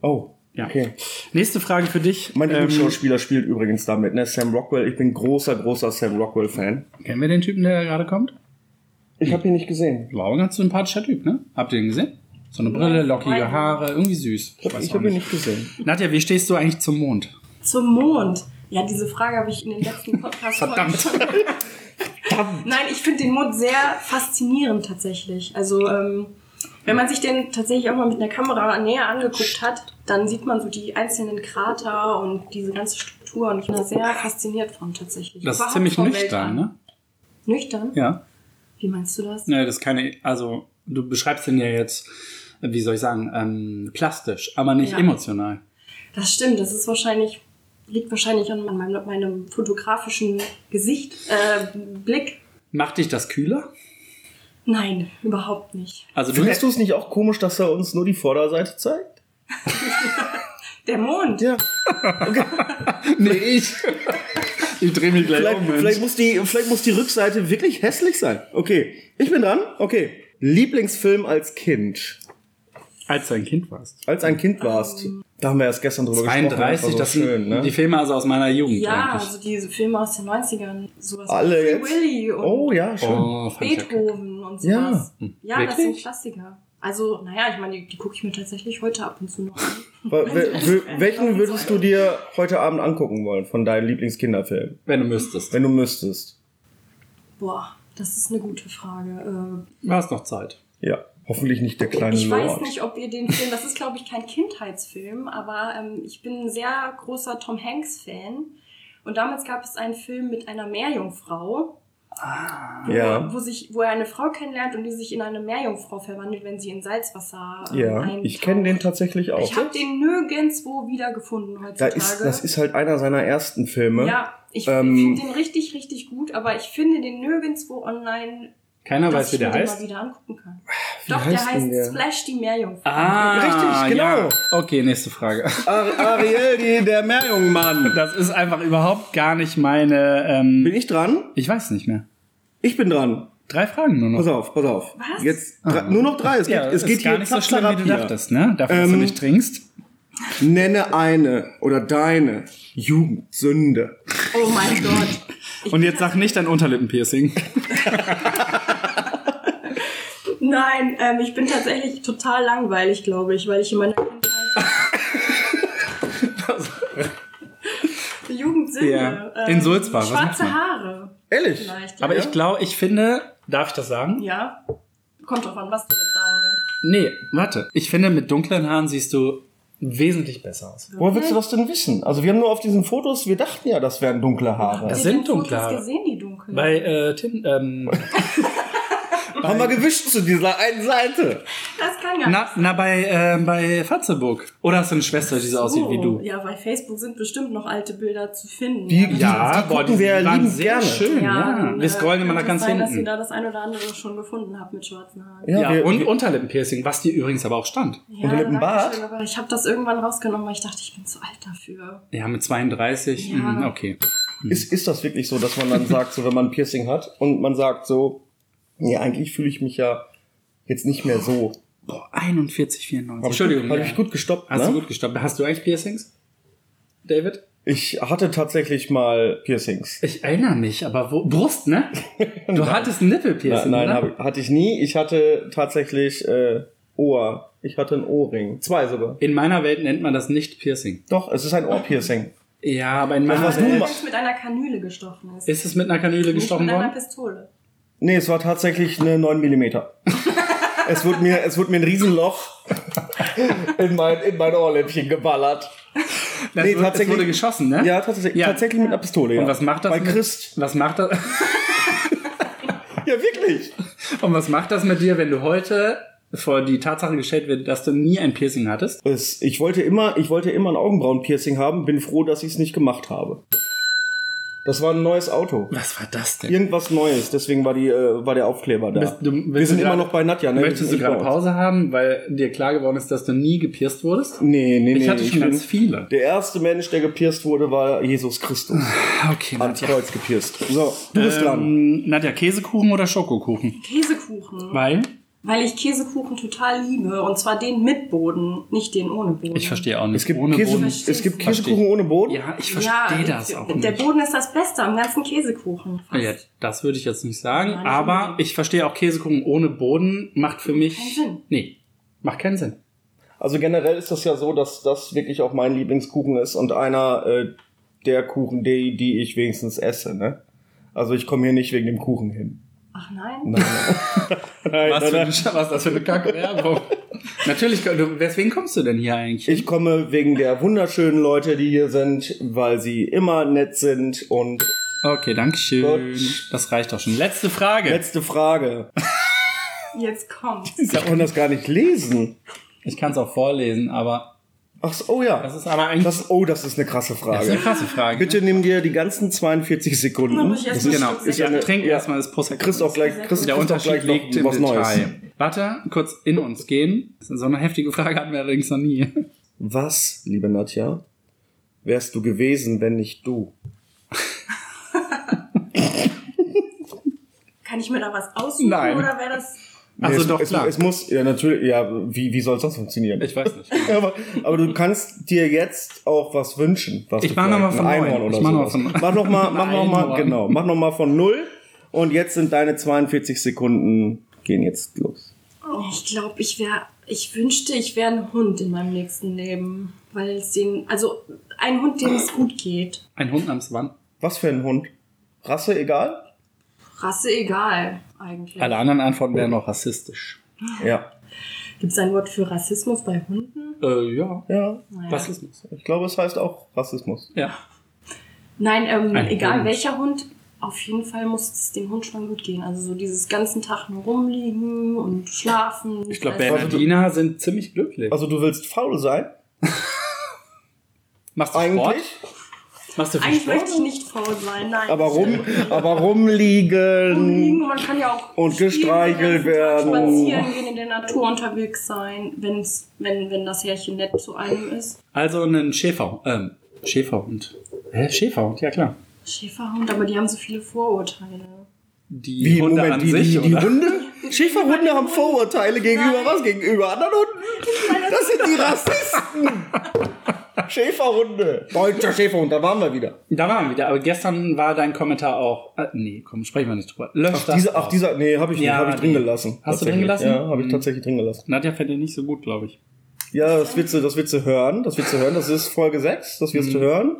Oh.
Ja.
Okay.
Nächste Frage für dich.
Mein
Ähm,
Lieblingsschauspieler spielt übrigens damit, ne? Sam Rockwell. Ich bin großer, großer Sam Rockwell-Fan.
kennen wir den Typen, der da gerade kommt?
Ich habe ihn nicht gesehen.
War auch ein ganz sympathischer Typ, ne? Habt ihr den gesehen? So eine Brille, lockige
Nein.
Haare, irgendwie süß.
Ich
Weiß
habe
auch
hab ihn nicht gesehen.
Nadja, wie stehst du eigentlich zum Mond?
Zum Mond. Ja, diese Frage habe ich in den letzten Podcasts
Verdammt.
Nein, ich finde den Mond sehr faszinierend tatsächlich. Also, ähm, wenn man sich den tatsächlich auch mal mit einer Kamera näher angeguckt hat, dann sieht man so die einzelnen Krater und diese ganze Struktur. Und ich bin da sehr fasziniert von tatsächlich.
Das ist
<laughs> Überhaupt
ziemlich
vom
nüchtern,
Weltall.
ne?
Nüchtern?
Ja.
Wie meinst du das?
Ne, das ist keine, also du beschreibst den ja jetzt, wie soll ich sagen, ähm, plastisch, aber nicht
Ja.
emotional.
Das stimmt, das ist wahrscheinlich, liegt wahrscheinlich an meinem, meinem fotografischen Gesicht, äh, Blick.
Macht dich das kühler?
Nein, überhaupt nicht.
Also du,
Findest du es nicht auch komisch, dass er uns nur die Vorderseite zeigt?
Der Mond!
Ja.
nee, ich. <laughs> ich drehe mich gleich
Vielleicht,
um. Mensch.
vielleicht, muss die, vielleicht muss die Rückseite wirklich hässlich sein. Okay, ich bin dran. Okay. Lieblingsfilm als Kind.
Als du ein Kind warst.
Als ein Kind warst. Da haben wir erst gestern drüber gesprochen.
31,
war
das
so
sind
schön, ne?
die Filme also aus meiner Jugend
Ja,
eigentlich.
also diese Filme aus den 90ern, sowas
Alle
wie
jetzt.
Willy und
Oh ja, schön.
Oh, fand ich ja kacke.
Beethoven und sowas. Ja, das
Wirklich?
sind Klassiker. Also, naja, ich meine, die, die gucke ich mir tatsächlich heute ab und zu noch an.
<laughs> Wel- wel- wel- Welchen würdest du dir heute Abend angucken wollen von deinen Lieblingskinderfilmen,
Wenn du müsstest.
wenn du müsstest?
Boah, das ist eine gute Frage.
War es noch Zeit.
Ja, hoffentlich nicht der
Äh,
kleine
ich weiß
Lord.
nicht, ob ihr den Film, das ist glaube ich kein Kindheitsfilm, aber ähm, ich bin ein sehr großer Tom Hanks-Fan. Und damals gab es einen Film mit einer Meerjungfrau,
Ja,
wo, sich, wo er eine Frau kennenlernt und die sich in eine Meerjungfrau verwandelt, wenn sie in Salzwasser ähm,
ja.
eintaucht.
Ich kenne den tatsächlich auch.
Ich habe den nirgendwo wiedergefunden
Da
heutzutage.
ist, das ist halt einer seiner ersten Filme.
Ja, ich
Ähm,
finde den richtig, richtig gut, aber ich finde den nirgendwo online,
Keiner weiß,
dass
wie
ich mir
der
den mal
heißt.
wieder angucken kann. Doch,
heißt
der
denn
heißt
der?
Splash die Meerjungfrau.
Ah,
Richtig, genau.
Ja. Okay, nächste Frage.
Ar Ariel, die, der Meerjungmann.
Das ist einfach überhaupt gar nicht meine. Ähm,
Bin ich dran?
ich weiß nicht mehr.
Ich bin dran.
Drei Fragen nur noch.
Pass auf, pass auf.
Was?
Jetzt dr- nur noch drei. Es geht,
Ah. Ja,
es geht
ist gar
hier
nicht so
zack,
schlimm, wie
zack,
du
hier.
dachtest, ne? Dafür, dass du
Ähm,
nicht trinkst.
Nenne eine oder deine Jugendsünde.
<laughs>
Oh mein Gott. Ich
Und jetzt sag nicht dein Unterlippenpiercing.
Nein, ähm, ich bin tatsächlich total langweilig, glaube ich, weil ich
<laughs>
in meiner Kindheit. Jugendsünde.
Ja. In Sulzbach, was macht
ähm, Schwarze
man?
Haare.
Ehrlich?
Vielleicht.
<laughs>
Ja.
Aber ich glaube, ich finde, darf ich das sagen?
Ja. Kommt drauf an, was du jetzt sagen willst.
Nee, warte. Ich finde, mit dunklen Haaren siehst du wesentlich besser aus.
Woher willst du das denn wissen? Also wir haben nur auf diesen Fotos, wir dachten ja, das wären dunkle
Das
Haare.
Habt ihr
sind
denn Fotos
dunkle Haare.
gesehen, die dunkeln.
Bei äh, Tim, <laughs> ähm,
haben wir gewischt zu dieser einen Seite.
das kann ja
na, na bei, äh, bei Fatzeburg. Oder hast du eine Schwester, die so aussieht wie du?
Oh, Ja, bei Facebook sind bestimmt noch alte Bilder zu finden.
Die-
das-
ja, gucken wir
waren
liebend gerne.
schön, ja.
dann,
Wir scrollen
äh,
immer nach ganz
könnte es sein, dass ihr
hinten.
da das ein oder andere schon gefunden habt mit schwarzen Haaren.
Ja,
Ja,
wir,
und
wir,
Unterlippenpiercing, was dir übrigens aber auch stand.
Ja,
mit dem
danke
Bart?
schön, aber Ich habe das irgendwann rausgenommen, weil ich dachte, ich bin zu alt dafür.
Ja, mit 32,
Ja.
mh, okay. Mhm.
ist, ist das wirklich so, dass man dann sagt, so wenn man ein Piercing hat und man sagt so, nee, eigentlich fühle ich mich ja jetzt nicht mehr so.
Boah, 41, 94.
Entschuldigung. Habe
ja.
ich gut gestoppt,
Hast
ne?
du gut gestoppt. Hast du eigentlich Piercings, David?
Ich hatte tatsächlich mal Piercings.
Ich erinnere mich, aber wo, Brust, ne?
<laughs>
Du hattest ein
Na,
Nippelpiercing,
nein,
oder?
hab, ich- hatte ich nie. Ich hatte tatsächlich äh, Ohr. Ich hatte ein Ohrring. Zwei sogar.
In meiner Welt nennt man das nicht Piercing.
Doch, es ist ein Ohrpiercing.
Ja, aber in
Das
meiner
warst du
Welt
mal.
Also, Wenn es mit einer Kanüle gestochen ist.
ist es mit einer Kanüle gestochen
Nicht mit einer
worden.
Pistole.
Nee, es war tatsächlich eine 9 mm.
<laughs>
es, wurde mir, es wurde mir ein Riesenloch in mein, in mein Ohrläppchen geballert.
Das
Nee,
wurde- es
tatsächlich-
wurde geschossen, ne?
Ja, tatsächlich,
Ja.
tatsächlich mit einer Pistole. Ja.
Und was macht das?
Bei
mit-
Christ.
Was macht das? <laughs>
Ja, wirklich.
Und was macht das mit dir, wenn du heute vor die Tatsache gestellt wird, dass du nie ein Piercing hattest?
Es, ich, wollte immer, ich wollte immer ein Augenbrauenpiercing haben, bin froh, dass ich es nicht gemacht habe. Das war ein neues Auto.
Was war das denn?
Irgendwas Neues, deswegen war, die, äh, war der Aufkleber da.
Bist- du-
Wir
bist
sind
du
immer
gerade-
noch bei Nadja, ne? Wir
Möchtest
sind
du
nicht
gerade
bei uns.
Pause haben, weil dir klar geworden ist, dass du nie gepierst wurdest?
Nee, nee, nee.
Ich hatte schon
bin-
ganz viele.
Der erste Mensch, der gepierst wurde, war
<laughs>
Jesus Christus.
Okay,
Ans
Nadja.
Kreuz gepierst. So, du bist dran.
Ähm, Nadja, Käsekuchen oder Schokokuchen?
Käsekuchen.
Weil?
Weil ich Käsekuchen total liebe. Und zwar den mit Boden, nicht den ohne Boden.
Ich verstehe auch nicht.
Es gibt,
Ohne
Käse,
Boden.
Verstehst
es gibt
du?
Käsekuchen ohne Boden.
Ja, ich verstehe das auch
der
nicht.
Der Boden ist das Beste am ganzen Käsekuchen. fast.
Ja, das würde ich jetzt nicht sagen,
Nein, das
aber
stimmt.
ich verstehe auch Käsekuchen ohne Boden macht für mich.
Keinen Sinn.
Nee, macht keinen Sinn.
Also generell ist das ja so, dass das wirklich auch mein Lieblingskuchen ist und einer äh, der Kuchen, die, die ich wenigstens esse. Ne? Also ich komme hier nicht wegen dem Kuchen hin.
Ach nein.
Nein,
Was, für eine, was das für eine kacke Werbung.
<laughs>
Natürlich, du, weswegen kommst du denn hier eigentlich?
Ich komme wegen der wunderschönen Leute, die hier sind, weil sie immer nett sind. Und
okay, danke schön.
Gott.
Das reicht doch schon. Letzte Frage.
letzte Frage.
<laughs>
Jetzt kommt.
Ich kann das gar nicht lesen.
ich kann es auch vorlesen, aber
Ach, so, oh ja.
das ist aber eigentlich
Das, oh, das ist eine krasse
das ist eine
Frage.
krasse Frage.
Bitte nimm dir die ganzen 42
Dann
Sekunden.
muss ich erst
Das
mal
ist,
Genau,
Stück
ich
ja eine-
trinke
ja.
erstmal das Prosecco.
Chris auch gleich. Chris,
Der
Chris auch
Unterschied
gleich noch
liegt im
was
Detail.
Neues.
Warte, kurz in uns gehen. So eine heftige Frage hatten wir allerdings noch nie.
Was, liebe Nadja, wärst du gewesen, wenn nicht du?
Kann ich mir da was aussuchen?
Nein.
Oder wäre das.
Ach so,
es,
doch,
es,
klar.
Es muss, ja, natürlich, ja, wie, wie soll es sonst funktionieren?
Ich weiß nicht.
aber, aber du kannst dir jetzt auch was wünschen. Was
Ich
du
mach noch mal
vielleicht-
von
ein
neu.
Einhorn oder
Ich mach noch
sowas.
von-
Mach
<laughs>
noch mal, mach noch mal,
Einhorn.
genau, mach noch mal von null. Und jetzt sind deine 42 Sekunden, gehen jetzt los.
Oh, Ich glaube, ich wäre. Ich wünschte, ich wäre ein Hund in meinem nächsten Leben. Weil es den. Also ein Hund, dem es gut geht.
Ein Hund namens Wann.
Was für ein Hund? Rasse egal?
Rasse egal, eigentlich.
Alle anderen Antworten wären noch rassistisch.
Ja.
Gibt es ein Wort für Rassismus bei Hunden?
Äh, ja.
Ja.
Naja.
Rassismus.
Ich glaube, es heißt auch Rassismus.
Ja.
Nein, ähm,
Ein
egal
Hund.
welcher Hund, auf jeden Fall muss es dem Hund schon gut gehen. Also so dieses ganzen Tag nur rumliegen und schlafen.
Ich glaube,
Also,
Bernardiner sind ziemlich glücklich.
Also du willst faul sein?
Machst du
Eigentlich?
Sport? Machst du viel
Eigentlich
Sport?
möchte ich nicht faul sein, nein.
Aber
<laughs>
rum,
<laughs>
aber rumliegen.
Rumliegen, man kann ja auch
Und
spielen,
gestreichelt
den ganzen Tag
werden.
spazieren gehen, in der Natur unterwegs sein, wenn's, wenn, wenn das Härchen nett zu einem ist.
Also einen Schäfer. Ähm, Schäferhund. Hä? Schäferhund, ja klar.
Schäferhund, aber die haben so viele Vorurteile.
Die
Wie,
Hunde
Moment,
an
die,
sich,
die, die
oder?
<laughs> Hunde? Schäferhunde haben Vorurteile gegenüber was? Gegenüber anderen Hunden? Das sind die Rassisten! Schäferhunde! Deutscher Schäferhund, da waren wir wieder.
Da waren wir wieder. Aber gestern war dein Kommentar auch... Äh, nee, komm, sprechen wir nicht drüber. Lösch
Ach,
das
diese,
raus.
ach dieser, nee, habe ich nicht,
Ja,
habe ich drin
nee.
gelassen. Mhm.
Hast du
Tatsächlich.
drin gelassen?
Ja, habe ich tatsächlich drin gelassen.
Nadja fällt dir nicht so gut, glaube ich.
Ja, das wird, sie, das wird sie hören. Das wird sie hören. Das ist Folge 6, das wirst du hören.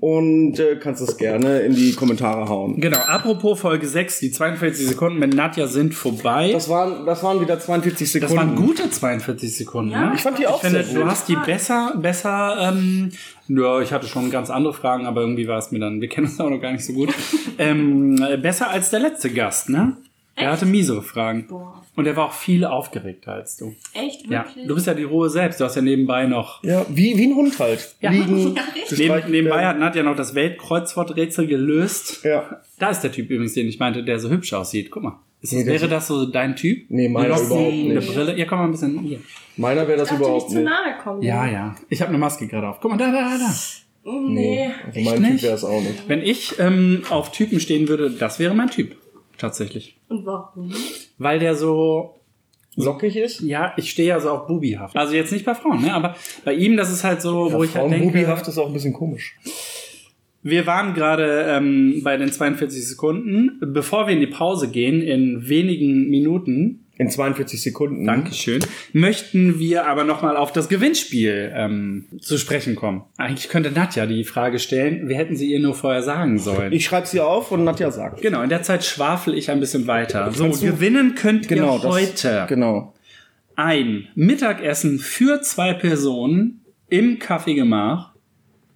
Und äh, kannst es gerne in die Kommentare hauen.
Genau, apropos Folge 6, die 42 Sekunden mit Nadja sind vorbei.
Das waren, das waren wieder 42
Das
Sekunden.
waren gute 42 Sekunden.
Ja,
ne?
Ich fand die
Ich
auch
finde,
sehr gut.
du hast die besser, besser, ähm, ja, ich hatte schon ganz andere Fragen, aber irgendwie war es mir dann, wir kennen uns auch noch gar nicht so gut,
<laughs>
ähm, äh, besser als der letzte Gast, ne? Er hatte miesere Fragen.
Boah.
Und er war auch viel aufgeregter als du.
Echt?
Ja,
Wirklich?
du bist ja die Ruhe selbst, du hast ja nebenbei noch
Ja, wie, wie ein Hund halt.
Ja.
Liegen,
Ja.
gestreichelt
Neben, nebenbei hat
werden.
Nadja noch das Weltkreuzworträtsel gelöst.
Ja.
Da ist der Typ übrigens, den ich meinte, der so hübsch aussieht. Guck mal. Ist das,
Nee, der
wäre
ist-
das so dein Typ?
Nee, meiner
Locken,
überhaupt
Eine
nicht.
Brille. Ja, komm mal ein bisschen hier.
Meiner wäre das
Darf dir nicht
überhaupt
zu
nicht.
nahe kommen. Oh,
Ja, ja. Ich habe eine Maske gerade auf. Guck mal, da, da, da, da.
Nee.
Also mein Typ
nicht?
wäre es auch nicht.
Wenn ich ähm, auf Typen stehen würde, das wäre mein Typ. Tatsächlich.
Und warum?
Weil der so,
Lockig ist?
ja, ich stehe ja so auf bubihaft. Also jetzt nicht bei Frauen, ne? Aber bei ihm, das ist halt so, wo ich halt denke.
Frauenbubihaft ist auch ein bisschen komisch.
Wir waren gerade ähm, bei den 42 Sekunden. Bevor wir in die Pause gehen, in wenigen Minuten,
In 42 Sekunden.
Dankeschön, möchten wir aber nochmal auf das Gewinnspiel ähm, zu sprechen kommen. Eigentlich könnte Nadja die Frage stellen, wir hätten sie ihr nur vorher sagen sollen.
Ich schreibe sie auf und Nadja sagt.
genau, in der Zeit schwafel ich ein bisschen weiter. So,
Kannst du-
gewinnen könnt
Genau,
ihr
das-
heute
Genau.
ein Mittagessen für zwei Personen im Kaffeegemach.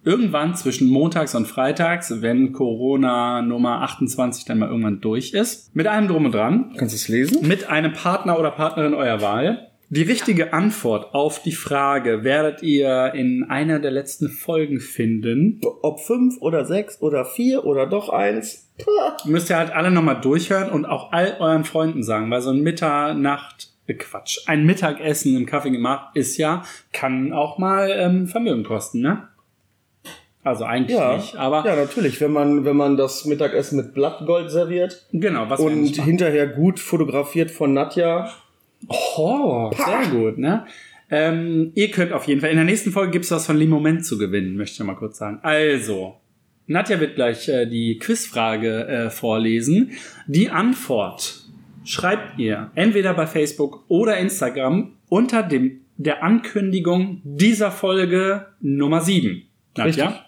Irgendwann zwischen montags und freitags, wenn Corona Nummer 28 dann mal irgendwann durch ist. Mit allem drum und dran.
Kannst du es lesen?
Mit einem Partner oder Partnerin eurer Wahl. Die richtige Antwort auf die Frage werdet ihr in einer der letzten Folgen finden.
Ob fünf oder sechs oder vier oder doch eins.
Müsst ihr halt alle nochmal durchhören und auch all euren Freunden sagen, weil so ein Mitternacht, äh, Quatsch, ein Mittagessen im Kaffeegemach ist ja, kann auch mal ähm, Vermögen kosten, ne? Also eigentlich
Ja.
nicht, aber
ja, natürlich. Wenn man, wenn man das Mittagessen mit Blattgold serviert
genau, was wir
und
nicht machen.
hinterher gut fotografiert von Nadja.
Oh, sehr gut, ne? Ähm, ihr könnt auf jeden Fall, in der nächsten Folge gibt's was von Limoment zu gewinnen, möchte ich noch mal kurz sagen. Also, Nadja wird gleich äh, die Quizfrage äh, vorlesen. Die Antwort schreibt ihr entweder bei Facebook oder Instagram unter dem der Ankündigung dieser Folge Nummer 7. Nadja?
Richtig.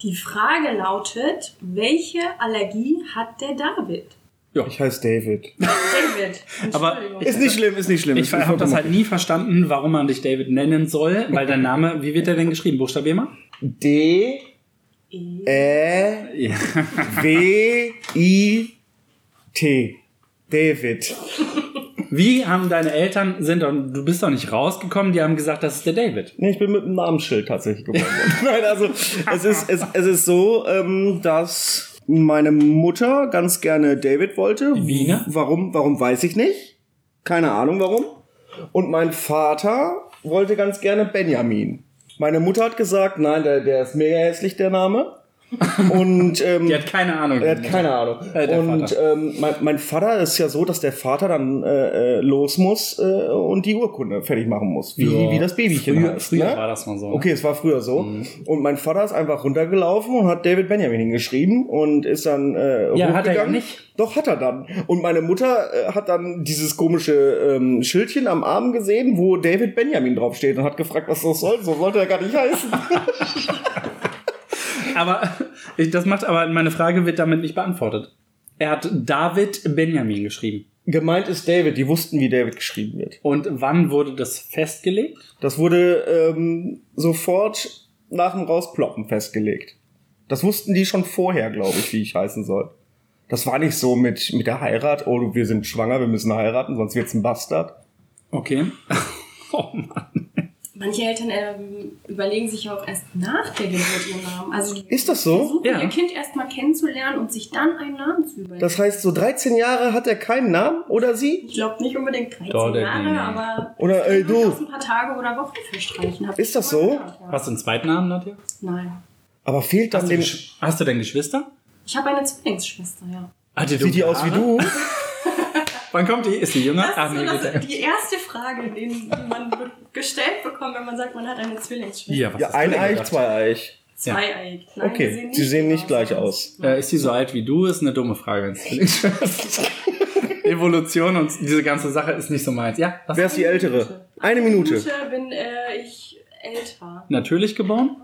Die Frage lautet, welche Allergie hat der David?
Ich heiße David.
David.
Aber
Entschuldigung.
ich-
Ist nicht schlimm, ist nicht schlimm.
Ich
Ist
habe das
vollkommen
halt nie verstanden, warum man dich David nennen soll, weil dein Name, wie wird der denn geschrieben? Buchstabier mal?
okay. D,
E.
Ä,
Ja.
W, I, T. David.
Wie haben deine Eltern sind doch, du bist doch nicht rausgekommen, die haben gesagt, das ist der David.
Nee, ich bin mit einem Namensschild tatsächlich geboren worden. <laughs> Nein, also es ist, es, es ist so, ähm, dass meine Mutter ganz gerne David wollte.
Wie, ne?
Warum, warum weiß ich nicht. Keine Ahnung warum. Und mein Vater wollte ganz gerne Benjamin. Meine Mutter hat gesagt, nein, der, der ist mega hässlich, der Name. Und
<laughs>
ähm,
Die hat keine Ahnung.
er hat keine Ahnung.
Äh, der
und
Vater.
ähm, mein, mein Vater ist ja so, dass der Vater dann äh, äh, los muss äh, und die Urkunde fertig machen muss, wie,
Ja.
wie das Babychen
Früher-
heißt.
früher
ne?
war das mal so, ne? Mhm.
Okay, es war früher so. Und mein Vater ist einfach runtergelaufen und hat David Benjamin hingeschrieben und ist dann
Ja,
äh,
hat er ja
hochgegangen.
nicht.
Doch hat er dann. Und meine Mutter äh, hat dann dieses komische ähm, Schildchen am Arm gesehen, wo David Benjamin draufsteht und hat gefragt, was das soll. So sollte er gar
<laughs>
nicht heißen.
Aber <laughs> ich, das macht aber meine Frage wird damit nicht beantwortet. Er hat David Benjamin geschrieben.
Gemeint ist David. Die wussten, wie David geschrieben wird.
Und wann wurde das festgelegt?
Das wurde ähm, sofort nach dem Rausploppen festgelegt. Das wussten die schon vorher, glaube ich, wie ich heißen soll. Das war nicht so mit, mit der Heirat, oh, du, wir sind schwanger, wir müssen heiraten, sonst wird's ein Bastard.
Okay. <laughs> Oh Mann.
Manche Eltern ähm, überlegen sich ja auch erst nach der Geburt ihren Namen. Also die
Ist das so?
versuchen
Ja.
ihr Kind erstmal kennenzulernen und sich dann einen Namen zu überlegen.
Das heißt, so 13 Jahre hat er keinen Namen, oder sie?
ich glaube nicht unbedingt 13
Doch, der
Jahre,
ging.
aber
Oder, ey,
kann man
du.
auch ein paar Tage oder Wochen verstreichen. Hab
Ist
ich
das
schon mal
so?
gehört, ja.
Hast du einen zweiten Namen, Nadja?
Nein.
Aber fehlt dann
Hast du,
dem...
Gesch- hast du denn Geschwister?
Ich habe eine Zwillingsschwester, ja.
Hat
Sieht die aus
<laughs>
wie du?
Wann kommt die? Ist die jünger?
Das
Ah,
ist
nee,
so,
bitte.
das, die erste Frage, die die man be- gestellt bekommt, wenn man sagt, man hat eine Zwillingsschwester.
Ja, was
Ja,
hast du denn
ein Eich,
gedacht?
zwei Eich.
Zweieiig. Nein,
Okay,
die genau,
sie sehen nicht gleich
aus.
aus. <laughs>
Äh, ist die so alt wie du? Ist eine dumme Frage, wenn es <laughs> Evolution und diese ganze Sache ist nicht so meins. Ja, was?
Wer ist die Ältere? Eine Minute.
Minute bin äh, ich älter.
Natürlich geboren?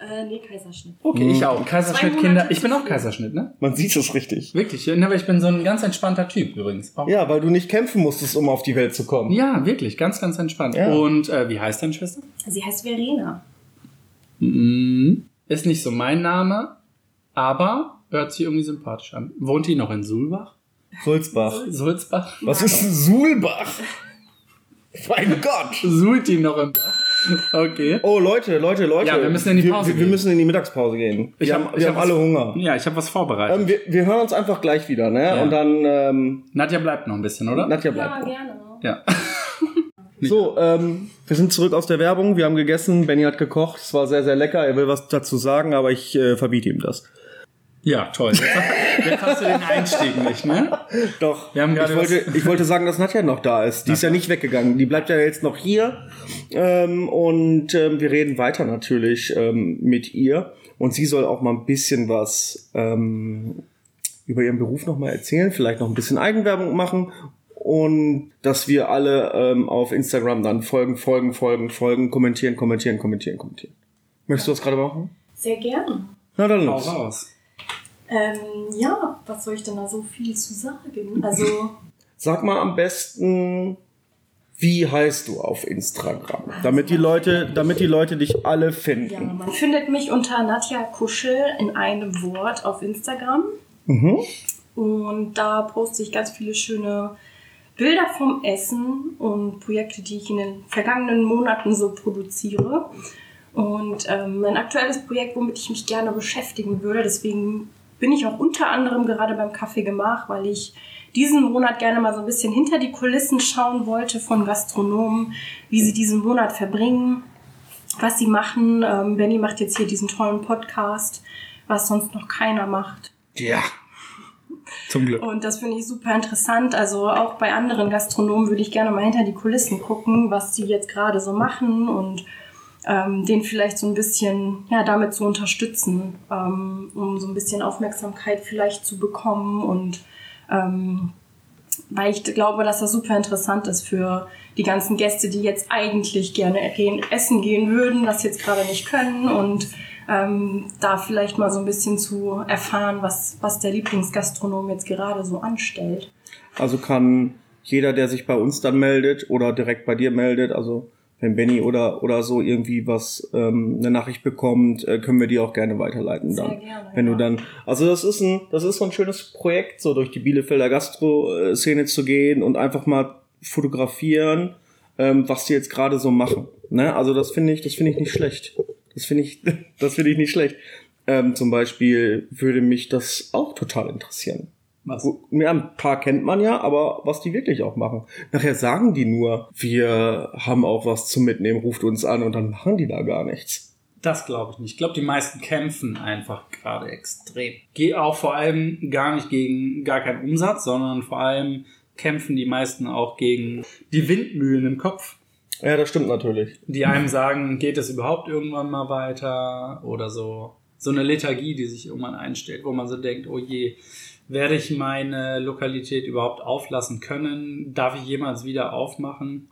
Äh, nee, Kaiserschnitt.
Okay, ich
Hm.
auch. Kaiserschnitt,
200
Kinder. Ich bin auch
zu viel.
Kaiserschnitt, ne?
Man sieht es richtig.
Wirklich, ne, aber ich bin so ein ganz entspannter Typ übrigens. Auch.
Ja, weil du nicht kämpfen musstest, um auf die Welt zu kommen.
Ja, wirklich, ganz, ganz entspannt.
Ja.
Und äh, wie heißt deine Schwester?
Sie heißt Verena.
Mhm. Ist nicht so mein Name, aber hört sich irgendwie sympathisch an. Wohnt die noch in Sulbach?
Sulzbach.
Sulzbach? <laughs>
Was ist ein Sulbach? mein Gott.
Sult die noch im Bach? Okay.
Oh, Leute, Leute, Leute.
Ja, wir müssen in die Pause
wir, wir,
gehen.
müssen in die Mittagspause gehen.
Ich
wir
hab-
haben,
ich
wir haben
hab
alle
was-
Hunger.
Ja, ich habe was vorbereitet.
Ähm, wir, wir hören uns einfach gleich wieder, ne?
Ja.
Und dann, ähm,
Nadja bleibt noch ein bisschen, oder?
Nadja
Ja,
bleibt.
gerne.
ja.
So, ähm, wir sind zurück aus der Werbung. Wir haben gegessen. Benny hat gekocht. Es war sehr, sehr lecker. Er will was dazu sagen, aber ich äh, verbiete ihm das.
Ja, toll. Jetzt hast, jetzt hast du den Einstieg nicht, ne?
Doch.
Wir haben gerade
ich, wollte, ich wollte sagen, dass Nadja noch da ist. Die ist ja nicht weggegangen. Die bleibt ja jetzt noch hier. Ähm, und ähm, wir reden weiter natürlich ähm, mit ihr. Und sie soll auch mal ein bisschen was ähm, über ihren Beruf nochmal erzählen, vielleicht noch ein bisschen Eigenwerbung machen. Und dass wir alle ähm, auf Instagram dann folgen, folgen, folgen, folgen, kommentieren, kommentieren, kommentieren, kommentieren. Möchtest du das gerade machen?
Sehr gerne.
Na dann
Hau
los.
raus.
Ähm, ja, was soll ich denn da so viel zu sagen? Also,
Sag mal am besten, wie heißt du auf Instagram? Damit die Leute, damit die Leute dich alle
ja,
finden.
man findet mich unter Nadja Kuschel in einem Wort auf Instagram.
Mhm.
Und da poste ich ganz viele schöne Bilder vom Essen und Projekte, die ich in den vergangenen Monaten so produziere. Und ähm, mein aktuelles Projekt, womit ich mich gerne beschäftigen würde, deswegen bin ich auch unter anderem gerade beim Kaffee gemacht, weil ich diesen Monat gerne mal so ein bisschen hinter die Kulissen schauen wollte von Gastronomen, wie sie diesen Monat verbringen, was sie machen. Ähm, Benny macht jetzt hier diesen tollen Podcast, was sonst noch keiner macht.
Ja. Zum Glück.
Und das finde ich super interessant. Also auch bei anderen Gastronomen würde ich gerne mal hinter die Kulissen gucken, was die jetzt gerade so machen und ähm, den vielleicht so ein bisschen ja, damit zu unterstützen, ähm, um so ein bisschen Aufmerksamkeit vielleicht zu bekommen und ähm, weil ich glaube, dass das super interessant ist für die ganzen Gäste, die jetzt eigentlich gerne gehen, essen gehen würden, das jetzt gerade nicht können und ähm, da vielleicht mal so ein bisschen zu erfahren, was, was der Lieblingsgastronom jetzt gerade so anstellt.
Also kann jeder, der sich bei uns dann meldet oder direkt bei dir meldet, also wenn Benny oder oder so irgendwie was ähm, eine Nachricht bekommt, äh, können wir die auch gerne weiterleiten
Sehr
dann.
gerne,
wenn du
ja.
dann, also das ist ein, das ist so ein schönes Projekt, so durch die Bielefelder Gastro-Szene zu gehen und einfach mal fotografieren, ähm, was die jetzt gerade so machen. Ne? Also das finde ich, das finde ich nicht schlecht. Das finde ich, <laughs> das finde ich nicht schlecht. Ähm, zum Beispiel würde mich das auch total interessieren.
Was?
Wo- Ja, ein paar kennt man ja, aber was die wirklich auch machen. Nachher sagen die nur, wir haben auch was zum Mitnehmen, ruft uns an und dann machen die da gar nichts.
Das glaube ich nicht. Ich glaube, die meisten kämpfen einfach gerade extrem. Geh auch vor allem gar nicht gegen gar keinen Umsatz, sondern vor allem kämpfen die meisten auch gegen die Windmühlen im Kopf,
Ja, das stimmt natürlich.
die <laughs> einem sagen, geht es überhaupt irgendwann mal weiter oder so. So eine Lethargie, die sich irgendwann einstellt, wo man so denkt, oh je, werde ich meine Lokalität überhaupt auflassen können? Darf ich jemals wieder aufmachen?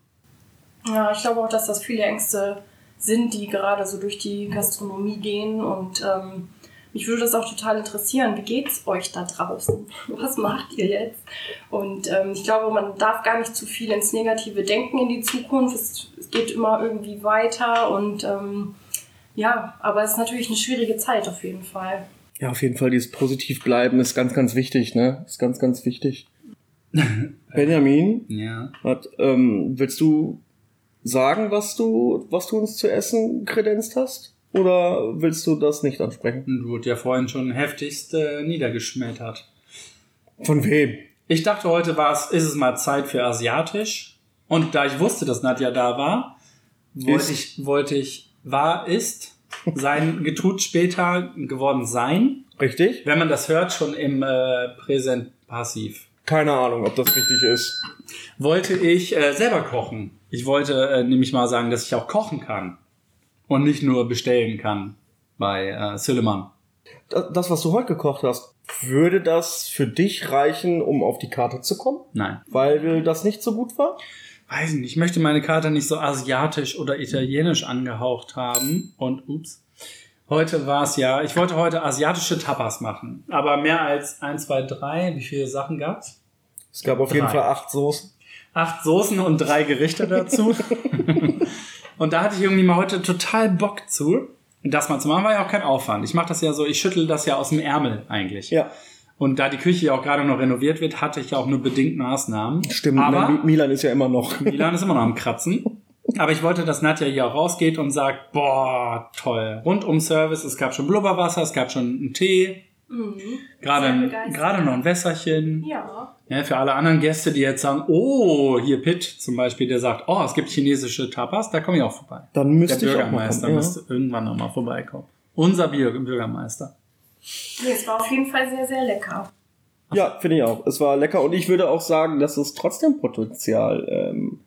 Ja, ich glaube auch, dass das viele Ängste sind, die gerade so durch die Gastronomie gehen. Und ähm, mich würde das auch total interessieren. Wie geht's euch da draußen? <laughs> Was macht ihr jetzt? Und ähm, ich glaube, man darf gar nicht zu viel ins Negative denken in die Zukunft. Es, es geht immer irgendwie weiter. Und ähm, ja, aber es ist natürlich eine schwierige Zeit auf jeden Fall.
Ja, auf jeden Fall, dieses positiv bleiben ist ganz, ganz wichtig, ne? Ist ganz, ganz wichtig. Benjamin,
Ja.
hat, ähm, willst du sagen, was du, was du uns zu essen kredenzt hast? Oder willst du das nicht ansprechen?
Und wurde ja vorhin schon heftigst äh, niedergeschmettert.
Von wem?
Ich dachte, heute war es, ist es mal Zeit für Asiatisch. Und da ich wusste, dass Nadja da war, wollte ich, wollte ich war, ist, sein getut später geworden sein.
Richtig?
Wenn man das hört, schon im äh, Präsent passiv.
Keine Ahnung, ob das richtig ist.
Wollte ich äh, selber kochen. Ich wollte äh, nämlich mal sagen, dass ich auch kochen kann. Und nicht nur bestellen kann bei äh, Silliman.
Da- Das, was du heute gekocht hast, würde das für dich reichen, um auf die Karte zu kommen?
Nein.
Weil das nicht so gut war?
Weiß nicht, ich möchte meine Karte nicht so asiatisch oder italienisch angehaucht haben. Und ups. Heute war es ja, ich wollte heute asiatische Tapas machen. Aber mehr als 1, 2, 3, wie viele Sachen gab's?
Es gab auf jeden
Drei.
Fall acht Soßen.
Acht Soßen und drei Gerichte dazu.
<laughs>
und da hatte ich irgendwie mal heute total Bock zu. Das mal zu machen, war ja auch kein Aufwand. Ich mache das ja so, ich schüttel das ja aus dem Ärmel eigentlich.
Ja,
Und da die Küche ja auch gerade noch renoviert wird, hatte ich ja auch nur bedingt Maßnahmen.
stimmt.
Aber
Mi- Milan ist ja
<laughs>
immer noch.
Milan ist immer noch am Kratzen. Aber ich wollte, dass Nadja hier auch rausgeht und sagt, boah, toll. Rundum Service, es gab schon Blubberwasser, es gab schon einen Tee,
Mhm.
gerade,
Sehr
ein-
begeistert.
gerade noch ein Wässerchen.
Ja.
Ja, für alle anderen Gäste, die jetzt sagen, oh, hier Pitt zum Beispiel, der sagt, oh, es gibt chinesische Tapas, da komme ich auch vorbei.
Dann
Der
müsste ich auch mal
Bürgermeister
kommen. Ja.
müsste irgendwann nochmal vorbeikommen. Unser Bier- Bürgermeister.
Nee, es war auf jeden Fall sehr, sehr lecker.
Ja, finde ich auch. Es war lecker und ich würde auch sagen, dass es trotzdem Potenzial ähm,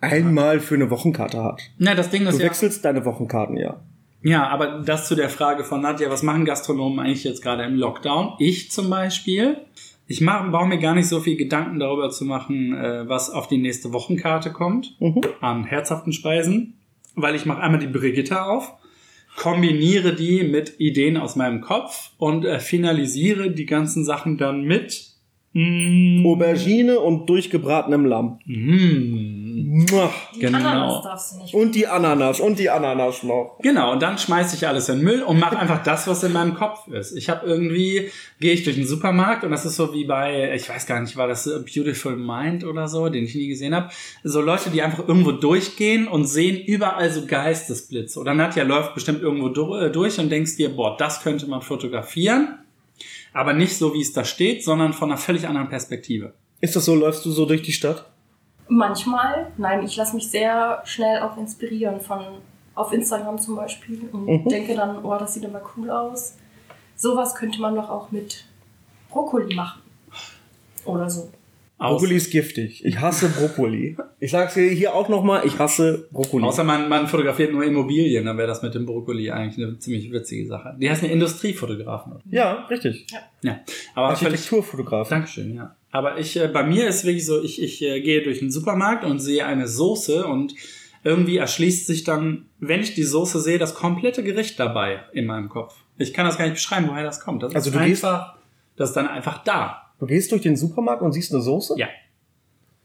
einmal für eine Wochenkarte hat.
Na, das Ding
Du
ist ja,
wechselst deine Wochenkarten ja.
Ja, aber das zu der Frage von Nadja, was machen Gastronomen eigentlich jetzt gerade im Lockdown? Ich zum Beispiel, ich mache, brauche mir gar nicht so viel Gedanken darüber zu machen, äh, was auf die nächste Wochenkarte kommt
Mhm.
an herzhaften Speisen, weil ich mache einmal die Brigitte auf, kombiniere die mit Ideen aus meinem Kopf und äh, finalisiere die ganzen Sachen dann mit mm,
Aubergine und durchgebratenem Lamm.
Mm,
Muah.
Die
Genau.
Ananas darfst du nicht.
Und die Ananas und die Ananas noch.
Genau, und dann schmeiße ich alles in den Müll und mache einfach das, was in meinem Kopf ist. Ich habe irgendwie, gehe ich durch den Supermarkt und das ist so wie bei, ich weiß gar nicht, war das Beautiful Mind oder so, den ich nie gesehen habe. So Leute, die einfach irgendwo durchgehen und sehen überall so Geistesblitze. Oder Nadja läuft bestimmt irgendwo du- äh, durch und denkst dir, boah, das könnte man fotografieren. Aber nicht so, wie es da steht, sondern von einer völlig anderen Perspektive.
Ist das so, läufst du so durch die Stadt?
Manchmal, nein, ich lasse mich sehr schnell auch inspirieren von auf Instagram zum Beispiel und
Mhm.
denke dann, oh, das sieht aber cool aus. Sowas könnte man doch auch mit Brokkoli machen. Oder so.
Aus,
Brokkoli ist giftig. Ich hasse Brokkoli. Ich sag's dir hier auch nochmal, ich hasse Brokkoli.
außer man, man fotografiert nur Immobilien, dann wäre das mit dem Brokkoli eigentlich eine ziemlich witzige Sache. Die heißen ja Industriefotografen.
ja, richtig.
Ja, aber völlig.
Architekturfotograf.
Dankeschön, ja. Aber ich, äh, bei mir ist wirklich so, ich, ich äh, gehe durch den Supermarkt und sehe eine Soße und irgendwie erschließt sich dann, wenn ich die Soße sehe, das komplette Gericht dabei in meinem Kopf. Ich kann das gar nicht beschreiben, woher das kommt. Das
Also
ist
du gehst-
einfach, das ist dann einfach da.
Du gehst durch den Supermarkt und siehst eine Soße?
Ja.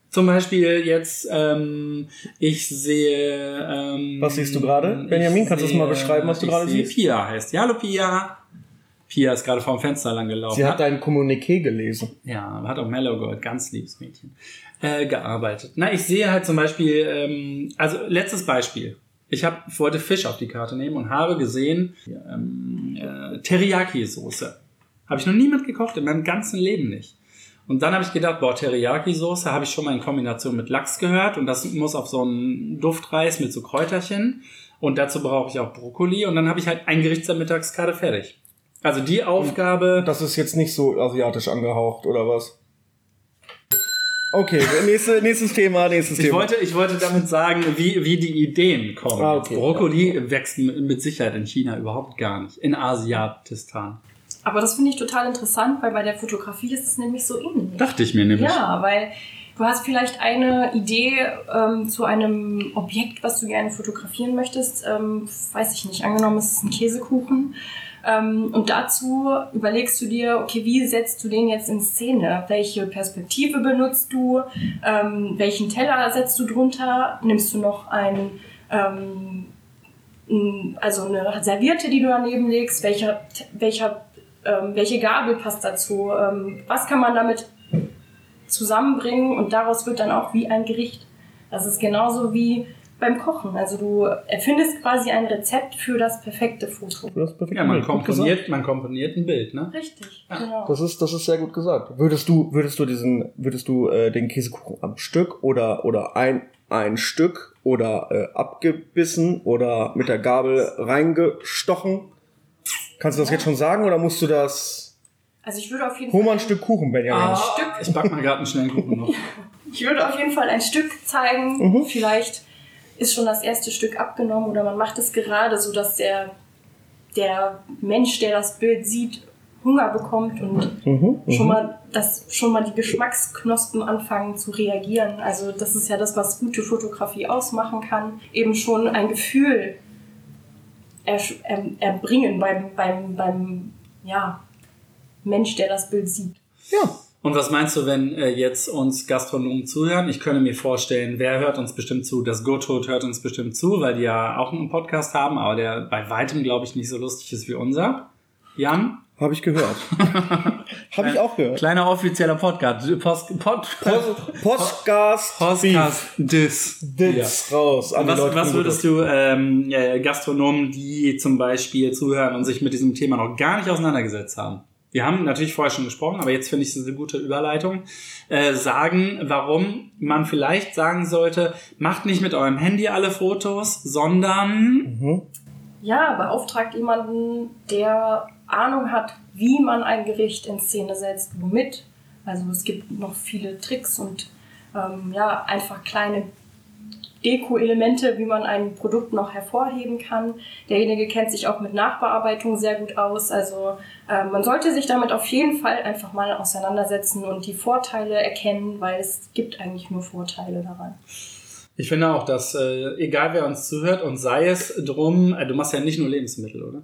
Zum Beispiel jetzt, ähm, ich sehe. Ähm,
Was siehst du gerade? Benjamin,
ich
kannst du es
sehe-
mal
äh,
beschreiben, was du
ich
gerade
sehe
siehst?
Pia heißt. Ja, hallo Pia. Pia ist gerade vorm Fenster lang gelaufen.
Sie hat dein Kommuniqué gelesen.
Ja, hat auch Mellow Gold, ganz liebes Mädchen, äh, gearbeitet. Na, ich sehe halt zum Beispiel, ähm, also letztes Beispiel. Ich hab, wollte Fisch auf die Karte nehmen und habe gesehen, ähm, äh, Teriyaki-Soße. Habe ich noch nie mitgekocht, in meinem ganzen Leben nicht. Und dann habe ich gedacht, boah, Teriyaki-Soße habe ich schon mal in Kombination mit Lachs gehört und das muss auf so einen Duftreis mit so Kräuterchen. Und dazu brauche ich auch Brokkoli und dann habe ich halt ein Gericht der Mittagskarte fertig. Also die Aufgabe.
Das ist jetzt nicht so asiatisch angehaucht, oder was? Okay, nächste, nächstes Thema, nächstes
Ich
Thema.
wollte, ich wollte damit sagen, wie, wie die Ideen kommen.
Ah, okay.
Brokkoli wächst m- mit Sicherheit in China überhaupt gar nicht. In Asiatistan.
Aber das finde ich total interessant, weil bei der Fotografie ist es nämlich so ähnlich.
Dachte ich mir nämlich.
Ja, weil du hast vielleicht eine Idee ähm, zu einem Objekt, was du gerne fotografieren möchtest. Ähm, weiß ich nicht, angenommen es ist ein Käsekuchen. Ähm, und dazu überlegst du dir, okay, wie setzt du den jetzt in Szene? Welche Perspektive benutzt du? Ähm, welchen Teller setzt du drunter? Nimmst du noch ein... Ähm, ein- also eine Serviette, die du daneben legst, welcher, welcher, ähm, welche Gabel passt dazu, ähm, was kann man damit zusammenbringen und daraus wird dann auch wie ein Gericht. Das ist genauso wie beim Kochen. Also du erfindest quasi ein Rezept für das perfekte Foto.
Du hast perfekt
Ja, man
gemacht. Gut
komponiert, man komponiert ein Bild, ne?
Richtig,
Ja.
genau.
Das ist, das ist sehr gut gesagt. Würdest du, würdest du diesen, würdest du äh, den Käsekuchen am Stück oder oder ein ein Stück oder äh, abgebissen oder mit der Gabel reingestochen? Kannst du das jetzt schon sagen oder musst du das?
Also ich würde auf jeden
Hol mal
Fall,
ein Stück Kuchen, Benjamin.
Stück.
Ich back mal gerade einen schnellen Kuchen noch.
ich würde auf jeden Fall ein Stück zeigen.
Mhm.
Vielleicht ist schon das erste Stück abgenommen oder man macht es gerade, so dass der der Mensch, der das Bild sieht, Hunger bekommt und
Mhm, mhm.
schon mal das schon mal die Geschmacksknospen anfangen zu reagieren. Also das ist ja das, was gute Fotografie ausmachen kann, eben schon ein Gefühl ersch- ähm, erbringen beim beim beim ja Mensch, der das Bild sieht.
Ja.
Und was meinst du, wenn äh, jetzt uns Gastronomen zuhören? Ich könnte mir vorstellen, wer hört uns bestimmt zu? Das Gotthold hört uns bestimmt zu, weil die ja auch einen Podcast haben, aber der bei weitem, glaube ich, nicht so lustig ist wie unser. Jan?
Habe ich gehört.
<laughs>
Habe ich auch gehört.
Kleiner offizieller Podcast. Post, Pod,
Podcast.
Podcast Dis.
Dits raus. an die
Was,
Leute,
was
die
würdest du ähm, äh, Gastronomen, die zum Beispiel zuhören und sich mit diesem Thema noch gar nicht auseinandergesetzt haben? Wir haben natürlich vorher schon gesprochen, aber jetzt finde ich das eine gute Überleitung. Äh, sagen, warum man vielleicht sagen sollte, macht nicht mit eurem Handy alle Fotos, sondern
Mhm.
Ja, beauftragt jemanden, der Ahnung hat, wie man ein Gericht in Szene setzt, womit. Also es gibt noch viele Tricks und ähm, ja, einfach kleine Deko-Elemente, wie man ein Produkt noch hervorheben kann. Derjenige kennt sich auch mit Nachbearbeitung sehr gut aus. Also äh, man sollte sich damit auf jeden Fall einfach mal auseinandersetzen und die Vorteile erkennen, weil es gibt eigentlich nur Vorteile daran.
ich finde auch, dass äh, egal wer uns zuhört und sei es drum, äh, du machst ja nicht nur Lebensmittel, oder?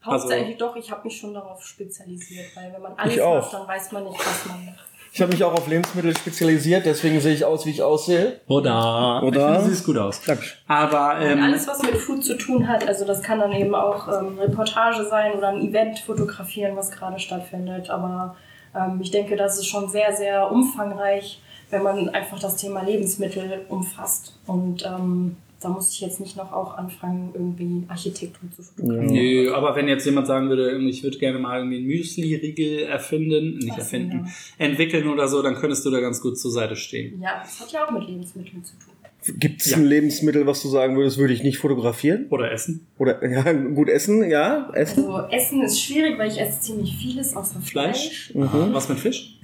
Also-
Hauptsächlich doch, ich habe mich schon darauf spezialisiert, weil wenn man alles
Ich auch.
macht, dann weiß man nicht, was man macht.
Ich habe mich auch auf Lebensmittel spezialisiert, deswegen sehe ich aus, wie ich aussehe.
Oder?
Oder?
Ich finde, du siehst gut aus.
Dankeschön.
Aber ähm,
Und alles, was mit Food zu tun hat, also das kann dann eben auch ähm, Reportage sein oder ein Event fotografieren, was gerade stattfindet. Aber ähm, ich denke, das ist schon sehr, sehr umfangreich, wenn man einfach das Thema Lebensmittel umfasst. Und ähm, da muss ich jetzt nicht noch auch anfangen, irgendwie Architektur zu fotografieren.
Nö, aber wenn jetzt jemand sagen würde, ich würde gerne mal irgendwie einen Müsli-Riegel erfinden, nicht
Ach,
erfinden, entwickeln oder so, dann könntest du da ganz gut zur Seite stehen.
Ja, das hat ja auch mit Lebensmitteln zu tun.
Gibt es
Ja.
ein Lebensmittel, was du sagen würdest, würde ich nicht fotografieren?
Oder essen.
Oder <laughs> ja, gut essen, ja, essen.
Also Essen ist schwierig, weil ich esse ziemlich vieles außer Fleisch.
Fleisch.
Mhm.
Ah, Was mit Fisch?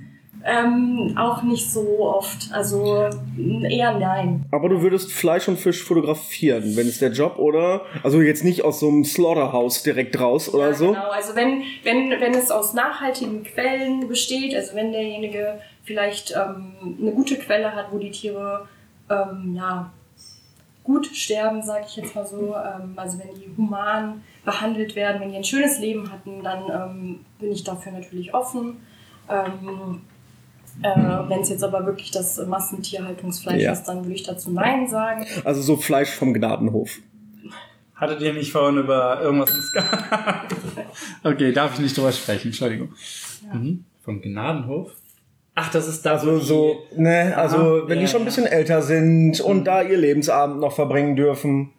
Ähm, auch nicht so oft. Also m, eher nein.
Aber du würdest Fleisch und Fisch fotografieren, wenn es der Job oder also jetzt nicht aus so einem Slaughterhouse direkt raus oder
Ja,
so.
Genau. Also wenn, wenn, wenn es aus nachhaltigen Quellen besteht, also wenn derjenige vielleicht ähm, eine gute Quelle hat, wo die Tiere ähm, ja, gut sterben, sage ich jetzt mal so, ähm, also wenn die human behandelt werden, wenn die ein schönes Leben hatten, dann ähm, bin ich dafür natürlich offen. Ähm, äh, wenn es jetzt aber wirklich das Massentierhaltungsfleisch
Ja.
ist, dann würde ich dazu Nein sagen.
Also so Fleisch vom Gnadenhof.
Hattet ihr nicht vorhin über irgendwas ins <laughs> Okay, darf ich nicht drüber sprechen, Entschuldigung. Mhm. Vom Gnadenhof? Ach, das ist da so.
Also so, ne, also
Aha,
wenn
ja,
die
ja.
schon ein
Mhm.
bisschen älter sind und da ihr Lebensabend noch verbringen dürfen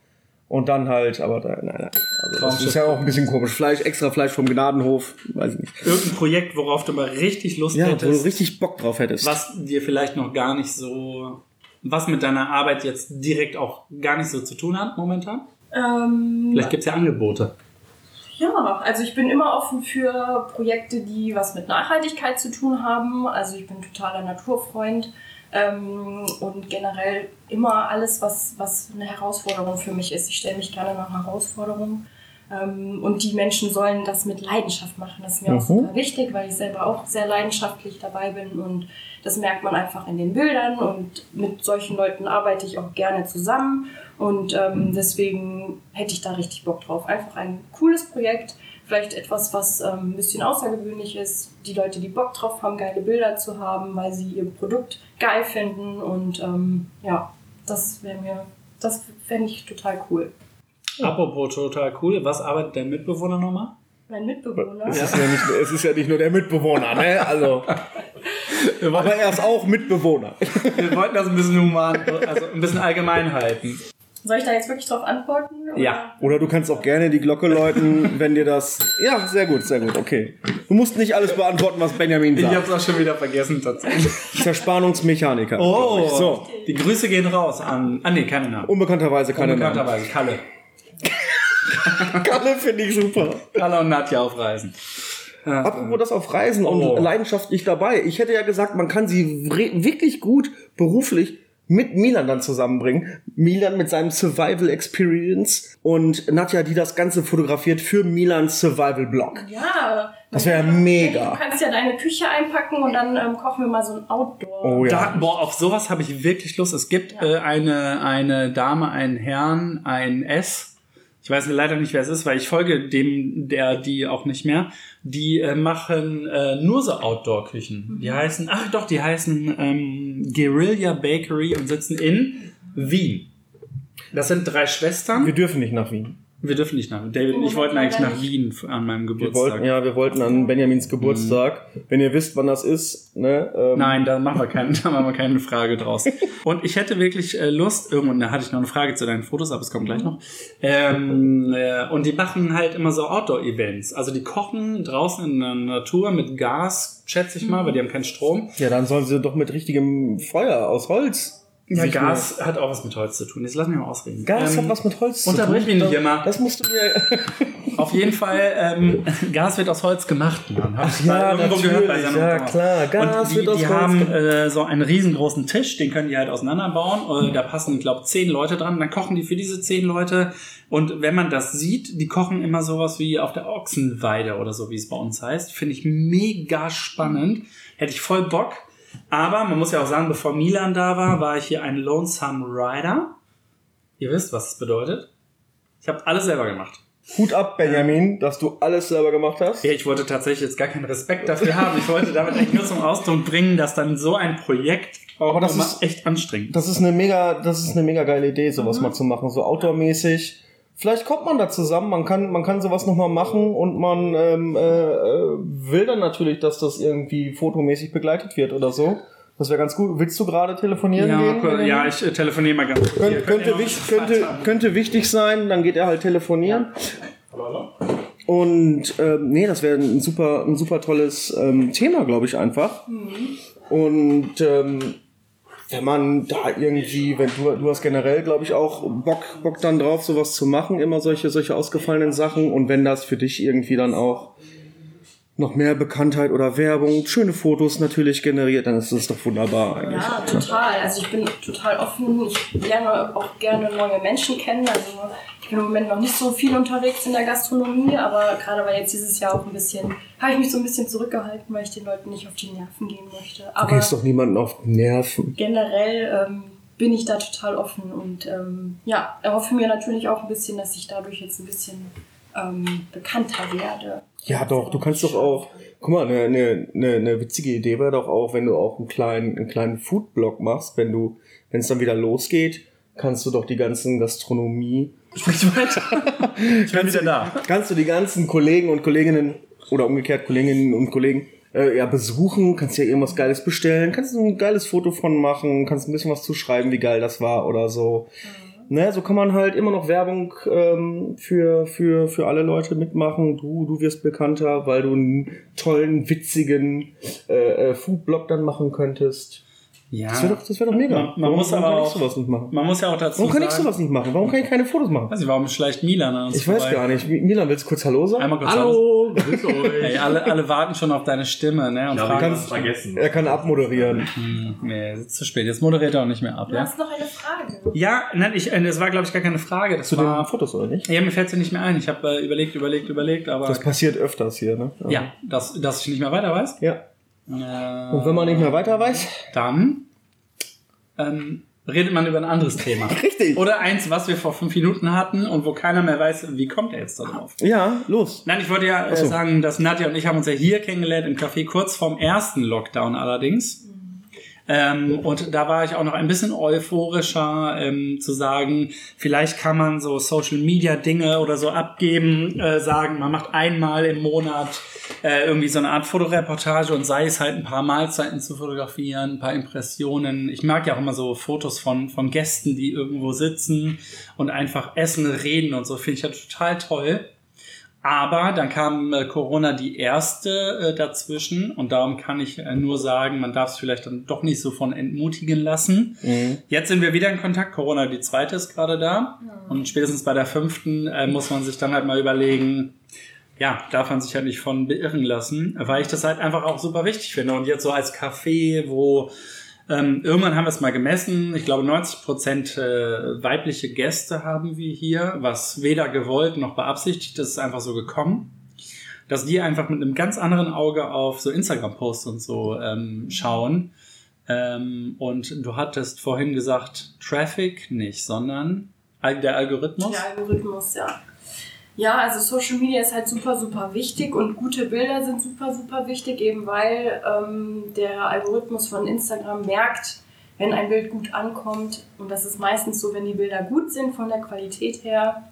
und dann halt, aber da, nein, nein. Also das
Traumschiff.
ist ja auch ein bisschen komisch. Fleisch, extra Fleisch vom Gnadenhof, weiß ich nicht.
die- irgendein Projekt, worauf du mal richtig Lust
Ja, wo du
hättest,
richtig Bock drauf hättest.
was dir vielleicht noch gar nicht so. Was mit deiner Arbeit jetzt direkt auch gar nicht so zu tun hat momentan?
Ähm,
Vielleicht gibt's ja Angebote.
Ja, also ich bin immer offen für Projekte, die was mit Nachhaltigkeit zu tun haben. Also ich bin totaler Naturfreund ähm, und generell immer alles, was, was eine Herausforderung für mich ist. Ich stelle mich gerne nach Herausforderungen. Ähm, und die Menschen sollen das mit Leidenschaft machen. Das ist mir auch
Mhm.
super wichtig, weil ich selber auch sehr leidenschaftlich dabei bin und das merkt man einfach in den Bildern und mit solchen Leuten arbeite ich auch gerne zusammen und ähm, deswegen hätte ich da richtig Bock drauf. Einfach ein cooles Projekt, vielleicht etwas, was ähm, ein bisschen außergewöhnlich ist. Die Leute, die Bock drauf haben, geile Bilder zu haben, weil sie ihr Produkt geil finden und ähm, ja, das wäre mir, das fände ich total cool.
Apropos total cool, was arbeitet dein Mitbewohner nochmal?
Mein Mitbewohner.
Es, ist ja nicht, es ist ja nicht nur der Mitbewohner, ne? Also,
Wir
aber
wollten,
er ist auch Mitbewohner.
wir wollten das ein bisschen human, also ein bisschen allgemein halten.
Soll ich da jetzt wirklich drauf antworten? oder?
Ja.
Oder du kannst auch gerne die Glocke läuten, wenn dir das. Ja, sehr gut, sehr gut, okay. Du musst nicht alles beantworten, was Benjamin
Ich
sagt.
hab's auch schon wieder vergessen tatsächlich.
Zerspannungsmechaniker.
Oh,
So.
die Grüße gehen raus an. Ah nee, keine Namen.
Unbekannterweise keine Namen.
Unbekannterweise, Kalle.
Kalle finde ich super.
Kalle und Nadja aufreisen.
Apropos das auf Reisen und
Oh.
leidenschaftlich dabei. Ich hätte ja gesagt, man kann sie re- wirklich gut beruflich mit Milan dann zusammenbringen. Milan mit seinem Survival Experience und Nadja, die das Ganze fotografiert für Milans Survival Blog.
Ja.
Das wäre mega.
Du kannst ja deine Küche einpacken und dann ähm, kochen wir mal so ein Outdoor.
Oh
Da,
ja.
boah, auf sowas habe ich wirklich Lust. Es gibt
Ja.
äh, eine, eine Dame, einen Herrn, ein S. Ich weiß leider nicht, wer es ist, weil ich folge dem, der, die auch nicht mehr. Die äh, machen äh, nur so
Mhm.
Outdoor-Küchen. Die heißen, ach doch, die heißen ähm, Guerilla Bakery und sitzen in Wien. Das sind drei Schwestern.
Wir Oh,
Wir,
dürfen nicht nach Wien.
dürfen nicht nach David, ich wollte eigentlich nach Wien f- an meinem
Wir
Geburtstag. Mhm.
wollten, ja, wir wollten an Benjamins Geburtstag. Wenn ihr wisst, wann das ist, ne? Ähm,
Nein, da machen wir keine, <laughs> da machen wir keine Frage
<laughs>
draus. Und ich hätte wirklich äh, Lust, irgendwann, da hatte ich noch eine Frage zu deinen Fotos, aber es kommt gleich noch. Ähm, äh, und die machen halt immer so Outdoor-Events. Also die kochen draußen in der Natur mit Gas, schätze ich
Mhm.
mal, weil die haben keinen Strom.
Ja, dann sollen sie doch mit richtigem Feuer aus Holz.
Ja,
sich
Gas hat auch was mit Holz zu tun. Jetzt lass mich mal ausreden.
nur- genau. Gas
Ähm,
hat was mit Holz
unterbrich
zu tun.
mich nicht
Das-
immer.
Das musst du mir.
Auf jeden Fall, ähm, <laughs> Gas wird aus Holz gemacht, Mann. Hab ich
Ja,
mal irgendwo gehört bei
natürlich,
Sendung
ja,
Thomas.
klar. Gas
und die,
wird aus
die
Holz
haben
gemacht.
äh, so einen riesengroßen Tisch, den können die halt auseinanderbauen. Äh, da passen, glaube ich, zehn Leute dran. Dann kochen die für diese zehn Leute. Und wenn man das sieht, die kochen immer sowas wie auf der Ochsenweide oder so, wie es bei uns heißt. Finde ich mega spannend. Hätte ich voll Bock. Aber man muss ja auch sagen, bevor Milan da war, war ich hier ein Lonesome Rider. Ihr wisst, was es bedeutet. Ich habe alles selber gemacht.
Hut ab, Benjamin, dass du alles selber gemacht hast.
Ja, ich wollte tatsächlich jetzt gar keinen Respekt dafür haben. Ich wollte damit eigentlich nur zum Ausdruck bringen, dass dann so ein Projekt auch
Aber das
immer
ist-
echt anstrengend.
Das ist eine mega, das ist eine mega geile Idee,
Mhm.
sowas mal zu machen, so outdoormäßig. Vielleicht kommt man da zusammen, man kann, man kann sowas nochmal machen und man ähm, äh, äh, will dann natürlich, dass das irgendwie fotomäßig begleitet wird oder so. Das wäre ganz gut. Willst du gerade telefonieren
Ja,
gehen?
cool. ja, ich äh, telefoniere mal ganz kurz.
Kön könnte, wich könnte, könnte wichtig sein, dann geht er halt telefonieren. Und ähm, nee, das wäre ein super, ein super tolles ähm, Thema, glaube ich, einfach. Und ähm, wenn man da irgendwie, wenn du, du hast generell, glaube ich, auch Bock, Bock dann drauf, sowas zu machen, immer solche, solche ausgefallenen Sachen. Und wenn das für dich irgendwie dann auch noch mehr Bekanntheit oder Werbung, schöne Fotos natürlich generiert, dann ist das doch wunderbar eigentlich.
Ja, total. Also ich bin total offen. Ich lerne auch gerne neue Menschen kennen. Also ich bin im Moment noch nicht so viel unterwegs in der Gastronomie, aber gerade weil jetzt dieses Jahr auch ein bisschen, habe ich mich so ein bisschen zurückgehalten, weil ich den Leuten nicht auf die Nerven gehen möchte.
Du
Aber
gehst doch niemanden auf die Nerven.
generell ähm, bin ich da total offen und ähm, ja, erhoffe mir natürlich auch ein bisschen, dass ich dadurch jetzt ein bisschen ähm, bekannter werde.
Ja, doch, du kannst doch auch. Guck mal, eine ne, ne, ne witzige Idee wäre doch auch, wenn du auch einen kleinen, einen kleinen Foodblog machst, wenn du, wenn es dann wieder losgeht, kannst du doch die ganzen Gastronomie,
<laughs> Sprich weiter. Ich bin wieder da.
kannst du die ganzen Kollegen und Kolleginnen oder umgekehrt Kolleginnen und Kollegen äh, ja besuchen, kannst ja irgendwas Geiles bestellen, kannst ein geiles Foto von machen, kannst ein bisschen was zuschreiben, wie geil das war oder so. Ne, so kann man halt immer noch Werbung ähm, für, für, für alle Leute mitmachen. Du, du wirst bekannter, weil du einen tollen, witzigen äh, äh, Foodblog dann machen könntest.
Ja.
Das wäre doch, das wär doch mega.
Man- man muss
warum
aber
kann ich
auch-
sowas nicht machen?
Man muss ja auch dazu
Warum kann ich
sagen,
sowas nicht machen? Warum kann ich keine Fotos machen?
weiß nicht, warum schleicht Milan an uns
Ich weiß
vorbei?
gar nicht. Mi- Milan, willst du kurz Hallo sagen?
Einmal kurz
Hallo!
Grüß euch.
Ey, alle, alle warten schon auf deine Stimme, ne? Und
ja, wir
fragen,
können
kannst-
es vergessen.
Er kann abmoderieren.
hm, nee, es ist zu spät. Jetzt moderiert er auch nicht mehr ab,
Du
ja?
hast noch eine Frage.
Ja, nein, ich, äh, das war, glaube ich, gar keine Frage. Das
Zu den
war,
Fotos, oder nicht?
ja, mir fällt es nicht mehr ein. Ich habe äh, überlegt, überlegt, überlegt, aber
Das passiert öfters hier, ne?
ja, dass, dass ich nicht mehr weiter weiß.
Ja.
Äh,
Und wenn man nicht mehr weiter weiß,
dann ähm, redet man über ein anderes Thema.
Richtig.
Oder eins, was wir vor fünf Minuten hatten und wo keiner mehr weiß, wie kommt er jetzt da drauf.
ja, los.
Nein, ich wollte ja äh,
so.
sagen, dass Nadja und ich haben uns ja hier kennengelernt im Café, kurz vorm ersten Lockdown allerdings. Ähm, und da war ich auch noch ein bisschen euphorischer, ähm, zu sagen, vielleicht kann man so Social Media Dinge oder so abgeben, äh, sagen, man macht einmal im Monat äh, irgendwie so eine Art Fotoreportage und sei es halt ein paar Mahlzeiten zu fotografieren, ein paar Impressionen. Ich mag ja auch immer so Fotos von, von Gästen, die irgendwo sitzen und einfach essen, reden und so, finde ich ja total toll. Aber dann kam äh, Corona die erste äh, dazwischen und darum kann ich äh, nur sagen, man darf es vielleicht dann doch nicht so von entmutigen lassen. Jetzt sind wir wieder in Kontakt. Corona die zweite ist gerade da und spätestens bei der fünften äh, muss man sich dann halt mal überlegen, ja, darf man sich halt nicht von beirren lassen, weil ich das halt einfach auch super wichtig finde. Und jetzt so als Café, wo Ähm, irgendwann haben wir es mal gemessen. Ich glaube, 90 Prozent äh, weibliche Gäste haben wir hier, was weder gewollt noch beabsichtigt. Das ist einfach so gekommen, dass die einfach mit einem ganz anderen Auge auf so Instagram-Posts und so ähm, schauen. Ähm, und du hattest vorhin gesagt, Traffic nicht, sondern all- der Algorithmus.
Der Algorithmus, ja. Ja, also Social Media ist halt super, super wichtig und gute Bilder sind super, super wichtig, eben weil ähm, der Algorithmus von Instagram merkt, wenn ein Bild gut ankommt, und das ist meistens so, wenn die Bilder gut sind von der Qualität her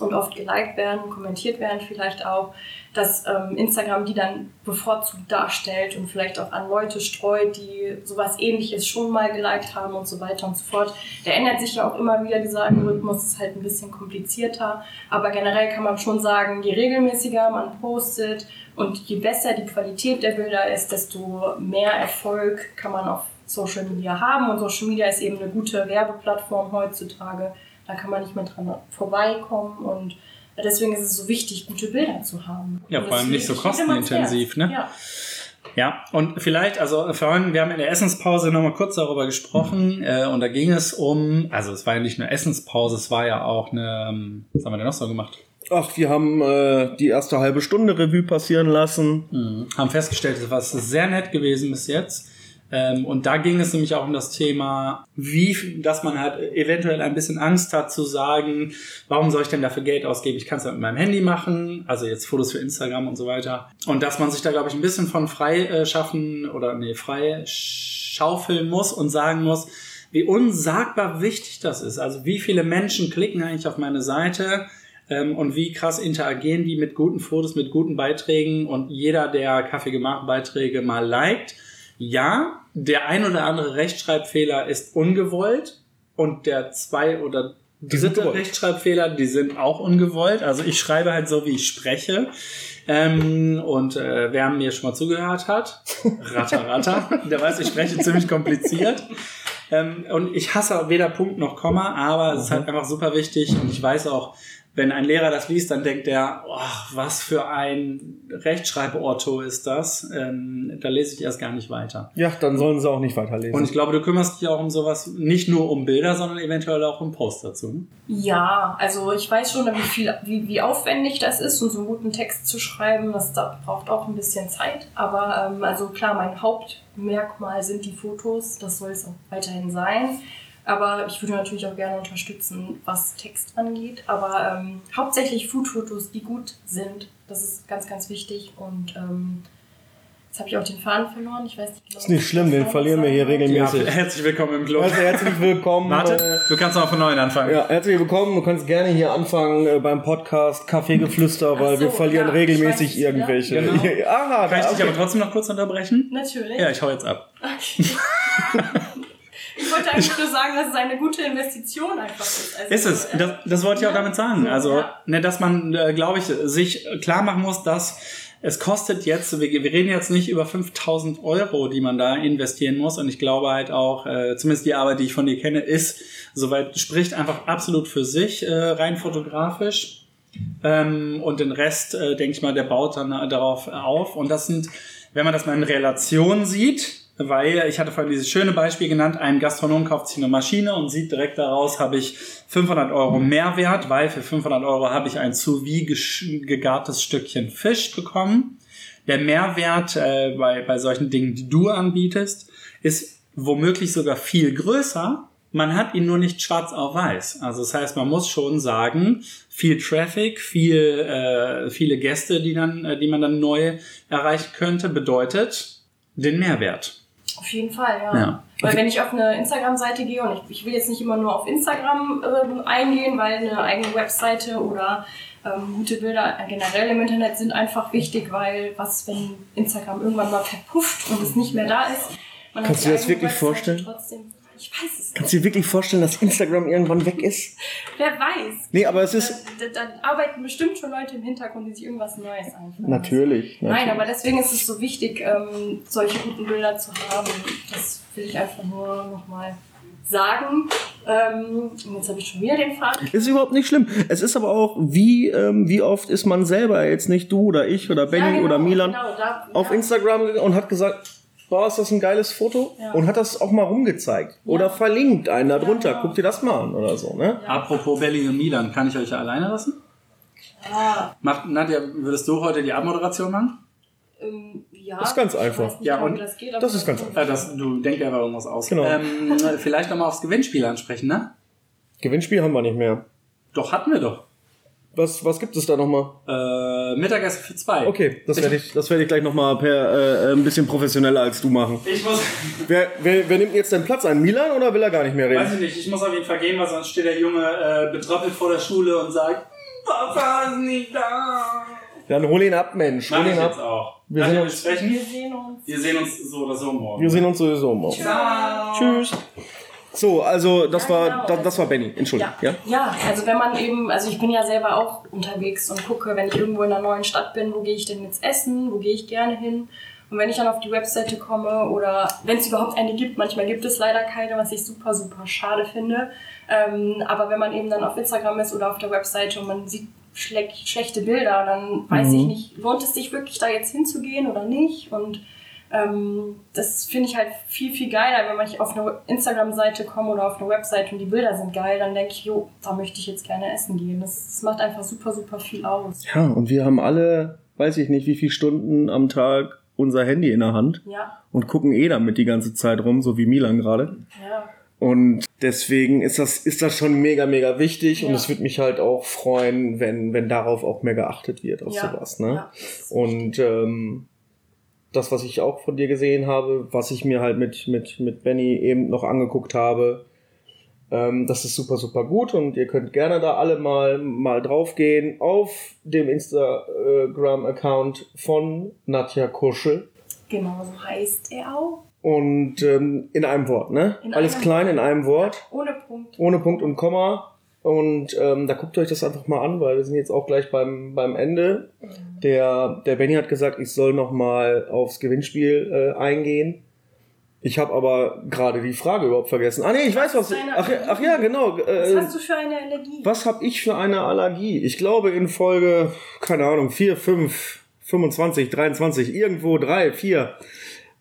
und oft geliked werden, kommentiert werden vielleicht auch, dass ähm, Instagram die dann bevorzugt darstellt und vielleicht auch an Leute streut, die sowas ähnliches schon mal geliked haben und so weiter und so fort. Der ändert sich ja auch immer wieder, dieser Algorithmus ist halt ein bisschen komplizierter. Aber generell kann man schon sagen, je regelmäßiger man postet und je besser die Qualität der Bilder ist, desto mehr Erfolg kann man auf Social Media haben. Und Social Media ist eben eine gute Werbeplattform heutzutage. Da kann man nicht mehr dran vorbeikommen und deswegen ist es so wichtig, gute Bilder zu haben.
Ja,
Und
vor allem
das
nicht so
finde ich jedem ans
kostenintensiv,
Herz.
ne?
Ja.
Ja, und vielleicht, also vorhin, wir haben in der Essenspause nochmal kurz darüber gesprochen äh, und da ging es um, also es war ja nicht nur Essenspause, es war ja auch eine, ähm, was haben wir denn noch so gemacht?
Ach, wir haben äh, die erste halbe Stunde Revue passieren lassen.
Mhm. Haben festgestellt, es war sehr nett gewesen bis jetzt. Ähm, und da ging es nämlich auch um das Thema, wie, dass man halt eventuell ein bisschen Angst hat zu sagen, warum soll ich denn dafür Geld ausgeben? Ich kann es ja mit meinem Handy machen, also jetzt Fotos für Instagram und so weiter. Und dass man sich da, glaube ich, ein bisschen von frei äh, schaffen oder nee, frei schaufeln muss und sagen muss, wie unsagbar wichtig das ist. Also wie viele Menschen klicken eigentlich auf meine Seite ähm, und wie krass interagieren die mit guten Fotos, mit guten Beiträgen und jeder, der Kaffee gemacht Beiträge mal liked. Ja, der ein oder andere Rechtschreibfehler ist ungewollt und der zwei oder
Die sind
dritte
gewollt.
Rechtschreibfehler, die sind auch ungewollt. Also ich schreibe halt so, wie ich spreche. Ähm, und äh, wer mir schon mal zugehört
<laughs>
hat, ratter, ratter, der weiß, ich spreche ziemlich kompliziert. Ähm, und ich hasse auch weder Punkt noch Komma, aber es ist halt einfach super wichtig und ich weiß auch, wenn ein Lehrer das liest, dann denkt er, oh, was für ein Rechtschreibortho ist das? Ähm, da lese ich erst gar nicht weiter.
Ja, dann sollen sie auch nicht weiterlesen.
Und ich glaube, du kümmerst dich auch um sowas, nicht nur um Bilder, sondern eventuell auch um Posts dazu. ne?
Ja, also ich weiß schon, wie viel, wie, wie aufwendig das ist, um so einen guten Text zu schreiben. Das da braucht auch ein bisschen Zeit. Aber ähm, also klar, mein Hauptmerkmal sind die Fotos. Das soll es auch weiterhin sein. Aber ich würde natürlich auch gerne unterstützen, was Text angeht. Aber ähm, hauptsächlich Food-Fotos, die gut sind. Das ist ganz, ganz wichtig. Und ähm, jetzt habe ich auch den Faden verloren. Ich weiß nicht genau.
ist nicht schlimm, den verlieren wir hier regelmäßig.
Ja,
Mäßig.
herzlich willkommen im Club.
<laughs> also herzlich willkommen.
Warte, du kannst noch von neuem
Äh,
anfangen.
ja, herzlich willkommen. Du kannst gerne hier anfangen äh, beim Podcast Kaffeegeflüster, weil
Ach so,
wir verlieren
ja,
regelmäßig
ich weiß,
irgendwelche.
ja, genau.
<laughs> Aha,
Kann ich dich
okay.
aber trotzdem noch kurz unterbrechen?
Natürlich.
Ja, ich hau jetzt ab.
Okay. Ah, ich wollte eigentlich nur sagen, dass es eine gute Investition einfach ist. Also,
Ist es.
äh,
Das, das wollte ich auch
Ja.
damit sagen. Also,
Ja.
ne, dass man, äh, glaube ich, sich klar machen muss, dass es kostet jetzt, wir, wir reden jetzt nicht über 5000 Euro, die man da investieren muss. Und ich glaube halt auch, äh, zumindest die Arbeit, die ich von dir kenne, ist, soweit spricht einfach absolut für sich, äh, rein fotografisch. Ähm, und den Rest, äh, denke ich mal, der baut dann äh, darauf auf. Und das sind, wenn man das mal in Relation sieht, weil ich hatte vorhin dieses schöne Beispiel genannt, ein Gastronom kauft sich eine Maschine und sieht direkt daraus, habe ich 500 Euro Mehrwert, weil für 500 Euro habe ich ein zu wie gegartes Stückchen Fisch bekommen. Der Mehrwert äh, bei, bei solchen Dingen, die du anbietest, ist womöglich sogar viel größer. Man hat ihn nur nicht schwarz auf weiß. Also das heißt, man muss schon sagen, viel Traffic, viel, äh, viele Gäste, die, dann, äh, die man dann neu erreichen könnte, bedeutet den Mehrwert.
Auf jeden Fall, ja.
Ja.
Weil wenn ich auf eine Instagram-Seite gehe, und ich, ich will jetzt nicht immer nur auf Instagram ähm, eingehen, weil eine eigene Webseite oder ähm, gute Bilder generell im Internet sind einfach wichtig, weil was, wenn Instagram irgendwann mal verpufft und es nicht mehr da ist? Man hat
Kannst
die
du dir das
eigene
wirklich
Webseite
vorstellen?
Trotzdem. Ich weiß es nicht.
Kannst du dir wirklich vorstellen, dass Instagram irgendwann weg ist?
Wer weiß.
Nee, aber es ist.
Da, da, da arbeiten bestimmt schon Leute im Hintergrund, die sich irgendwas Neues einfallen.
Natürlich.
Nein,
natürlich.
aber deswegen ist es so wichtig, ähm, solche guten Bilder zu haben. Das will ich einfach nur nochmal sagen. Ähm, und jetzt habe ich schon wieder den Faden.
Ist überhaupt nicht schlimm. Es ist aber auch, wie, ähm, wie oft ist man selber jetzt nicht du oder ich oder Benny
Ja, genau,
oder Milan
genau, da-
auf
ja.
Instagram gegangen und hat gesagt, boah, ist das ein geiles Foto?
Ja.
Und hat das auch mal rumgezeigt. Oder verlinkt einen da drunter.
genau.
Guck dir das mal an oder so, ne?
Apropos Berlin und Milan, kann ich euch ja alleine lassen?
Ah,
Macht, Nadja, würdest du heute die Abmoderation machen?
ähm, ja.
Das ist ganz
Ich
einfach.
weiß nicht,
Ja,
warum
und
das, geht, aber
das ist ganz einfach.
Äh, das, du denkst einfach irgendwas aus.
Genau.
Ähm, vielleicht nochmal aufs Gewinnspiel ansprechen, ne?
Gewinnspiel haben wir nicht mehr.
Doch, hatten wir doch.
Was, was gibt es da nochmal?
Äh, Mittagessen für zwei.
Okay, das werde ich, das werde ich gleich nochmal per, äh, ein bisschen professioneller als du machen.
Ich muss,
Wer, wer, wer nimmt jetzt deinen Platz ein? Milan oder will er gar nicht mehr reden?
weiß ich nicht, ich muss auf jeden Fall gehen, weil sonst steht der Junge äh, betröppelt vor der Schule und sagt, Papa ist nicht da.
Dann hol ihn ab, Mensch.
Mach
Hol
ich
ihn
jetzt
ab.
auch.
Wir
Nadja,
sehen
wir
uns.
Wir
sprechen.
sehen uns.
Wir sehen uns so oder so morgen.
Wir sehen uns sowieso morgen.
Ciao.
Tschüss. So, also das
Ja,
war
genau.
das, das war Benny. Entschuldigung.
Ja.
Ja.
ja, also wenn man eben, also ich bin ja selber auch unterwegs und gucke, wenn ich irgendwo in einer neuen Stadt bin, wo gehe ich denn jetzt essen, wo gehe ich gerne hin. Und wenn ich dann auf die Webseite komme oder wenn es überhaupt eine gibt, manchmal gibt es leider keine, was ich super, super schade finde. Ähm, aber wenn man eben dann auf Instagram ist oder auf der Webseite und man sieht schle schlechte Bilder, dann weiß ich nicht, lohnt es sich wirklich da jetzt hinzugehen oder nicht? Und ähm, das finde ich halt viel, viel geiler, wenn ich auf eine Instagram-Seite komme oder auf eine Webseite und die Bilder sind geil, dann denke ich, jo, da möchte ich jetzt gerne essen gehen. Das, das macht einfach super, super viel aus.
Ja, und wir haben alle, weiß ich nicht, wie viele Stunden am Tag unser Handy in der Hand
Ja,
und gucken eh damit die ganze Zeit rum, so wie Milan gerade.
ja.
Und deswegen ist das, ist das schon mega, mega wichtig und
Ja.
es würde mich halt auch freuen, wenn, wenn darauf auch mehr geachtet wird, auf
ja,
sowas, ne?
Ja, das ist
Und ähm, das, was ich auch von dir gesehen habe, was ich mir halt mit, mit, mit Benny eben noch angeguckt habe, ähm, das ist super, super gut und ihr könnt gerne da alle mal, mal drauf gehen auf dem Instagram-Account von Nadja Kuschel.
genau so heißt er auch.
Und ähm, in einem Wort, ne?
In
Alles
einem
klein in einem Wort
Ohne Punkt.
ohne Punkt und Komma. Und ähm, da guckt euch das einfach mal an, weil wir sind jetzt auch gleich beim, beim Ende. Der, der Benny hat gesagt, ich soll nochmal aufs Gewinnspiel äh, eingehen. Ich habe aber gerade die Frage überhaupt vergessen. Ah nee, ich weiß was.
Deine
Ach, ja- ach ja, genau.
Was
Äh,
hast du für eine Allergie?
was habe ich für eine Allergie? Ich glaube in Folge, keine Ahnung, 4, 5, 25, 23, irgendwo 3, 4.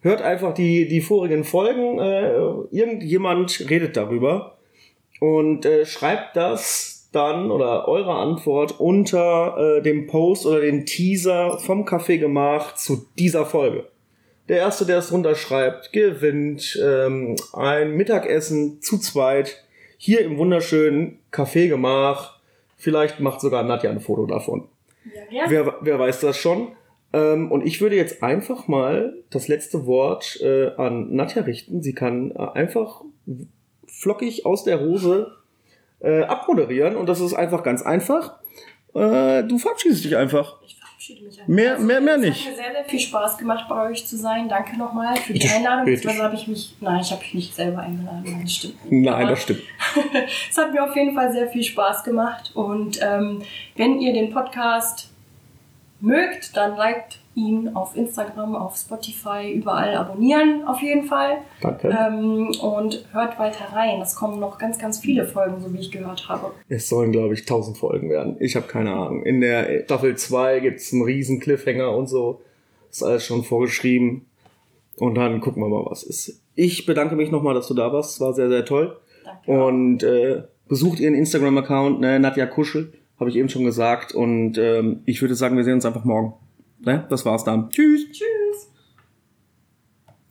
Hört einfach die, die vorigen Folgen. Äh, irgendjemand redet darüber und äh, schreibt das dann oder eure Antwort unter äh, dem Post oder den Teaser vom Kaffee gemacht zu dieser Folge. Der Erste, der es runterschreibt, gewinnt ähm, ein Mittagessen zu zweit hier im wunderschönen Kaffeegemach. Vielleicht macht sogar Nadja ein Foto davon.
Ja, gerne.
Wer, wer weiß das schon? Ähm, und ich würde jetzt einfach mal das letzte Wort äh, an Nadja richten. Sie kann äh, einfach flockig aus der Hose äh, abmoderieren und das ist einfach ganz einfach. Äh, du verabschiedest dich einfach.
Ich verabschiede mich.
Mehr- mehr- mehr nicht.
Es hat mir sehr, sehr viel Spaß gemacht, bei euch zu sein. Danke nochmal für die
Bitte,
Einladung.
bitte.
Beziehungsweise habe ich mich. Nein, ich habe mich nicht selber eingeladen. Das stimmt. nicht.
Nein,
Aber
das stimmt.
es hat mir auf jeden Fall sehr viel Spaß gemacht. Und ähm, wenn ihr den Podcast mögt, dann liked ihn auf Instagram, auf Spotify, überall abonnieren auf jeden Fall.
Danke.
Ähm, und hört weiter rein. Es kommen noch ganz, ganz viele Folgen, so wie ich gehört habe.
Es sollen, glaube ich, 1000 Folgen werden. Ich habe keine Ahnung. In der Staffel 2 gibt's einen riesen Cliffhanger und so. Ist alles schon vorgeschrieben. Und dann gucken wir mal, was ist. Ich bedanke mich nochmal, dass du da warst. Es war sehr, sehr toll.
Danke.
Und äh, besucht ihren Instagram-Account, ne? Nadja Kuschel, habe ich eben schon gesagt. Und ähm, ich würde sagen, wir sehen uns einfach morgen. Ne? Das war's dann. Tschüss.
Tschüss.